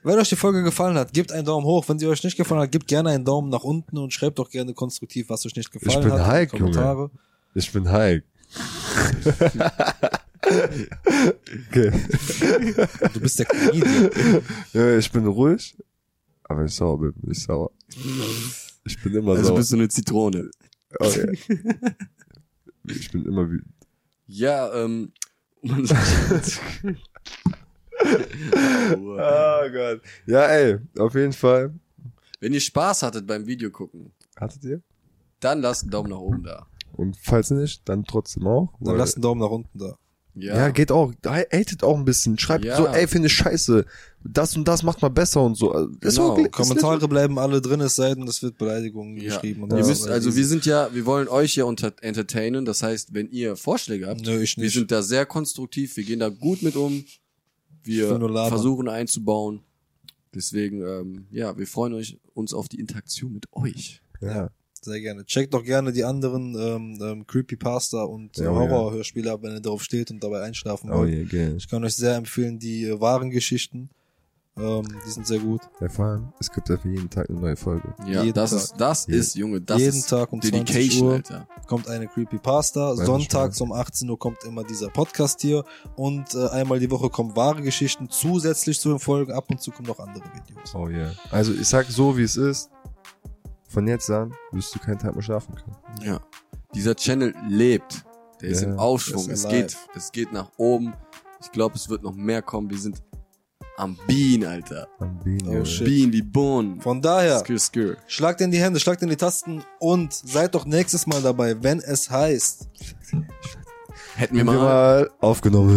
S3: Wenn euch die Folge gefallen hat, gebt einen Daumen hoch. Wenn sie euch nicht gefallen hat, gebt gerne einen Daumen nach unten und schreibt doch gerne konstruktiv, was euch nicht gefallen
S2: bin
S3: hat. in die
S2: Hulk, Junge.
S3: Kommentare.
S2: Ich bin Hulk. okay.
S3: Du bist der Comedian.
S2: Ja, ich bin ruhig, aber wenn ich sauer bin, bin ich sauer. Ich bin immer
S1: Also
S2: sauer.
S1: bist du eine Zitrone.
S2: okay. Ich bin immer wütend.
S1: Ja, ähm, man sagt.
S2: Oh Gott. Ja, ey, auf jeden Fall.
S1: Wenn ihr Spaß hattet beim Video gucken,
S2: Hattet ihr?
S1: dann lasst einen Daumen nach oben da.
S2: Und falls nicht, dann trotzdem auch.
S3: Dann
S2: weil-
S3: lasst einen Daumen nach unten da.
S1: Ja,
S2: ja. geht auch. Hatet auch ein bisschen. Schreibt
S1: Ja.
S2: so, ey, finde ich scheiße. Das und das macht mal besser und so. Also, Ist
S1: Genau.
S2: wirklich,
S3: Kommentare bleiben alle drin, es sei denn, es wird Beleidigungen
S1: Ja.
S3: geschrieben. Und
S1: Ihr
S3: so.
S1: wisst, also wir sind ja, wir wollen euch ja unter entertainen. Das heißt, wenn ihr Vorschläge habt,
S3: Nö, ich
S1: wir
S3: nicht.
S1: sind da sehr konstruktiv, wir gehen da gut mit um.
S3: Ich
S1: Wir
S3: will nur labern.
S1: versuchen einzubauen. Deswegen, ähm, ja, wir freuen euch, uns auf die Interaktion mit euch.
S2: Ja.
S3: Sehr gerne. Checkt doch gerne die anderen ähm, ähm, Creepypasta und äh,
S2: Ja, oh ja.
S3: Horrorhörspiele ab, wenn ihr drauf steht und dabei einschlafen
S2: Oh
S3: wollt.
S2: yeah, geil.
S3: Ich kann euch sehr empfehlen, die äh, wahren Geschichten. Ähm, die sind sehr gut.
S2: Ja, vor allem, es gibt ja für jeden Tag eine neue Folge.
S1: Ja,
S3: Jeden
S1: das
S3: Tag.
S1: ist, das
S2: Jeden-
S1: ist, Junge, das
S3: Jeden
S1: ist
S3: Tag um 20
S1: Dedication, halt.
S3: Uhr
S1: Alter.
S3: kommt eine Creepypasta.
S2: Weiß
S3: Sonntags
S2: nicht,
S3: um 18 Uhr kommt immer dieser Podcast hier. Und äh, einmal die Woche kommen wahre Geschichten zusätzlich zu den Folgen. Ab und zu kommen noch andere Videos.
S2: Oh yeah. Also ich sag so, wie es ist. Von jetzt an wirst du keinen Tag mehr schlafen können.
S1: Ja. Dieser Channel lebt. Der ist
S2: Ja,
S1: im Aufschwung.
S3: ist
S1: Es
S3: alive.
S1: geht, es geht nach oben. Ich glaube, es wird noch mehr kommen. Wir sind am Bean, Alter.
S2: Am Bienen,
S3: Oh,
S2: Junge.
S3: shit.
S1: Bean wie Bohnen.
S3: Von daher,
S1: Skir, skir.
S3: schlagt in die Hände, schlagt in die Tasten und seid doch nächstes Mal dabei, wenn es heißt.
S1: Hätten wir
S2: Haben wir
S1: mal
S2: mal aufgenommen.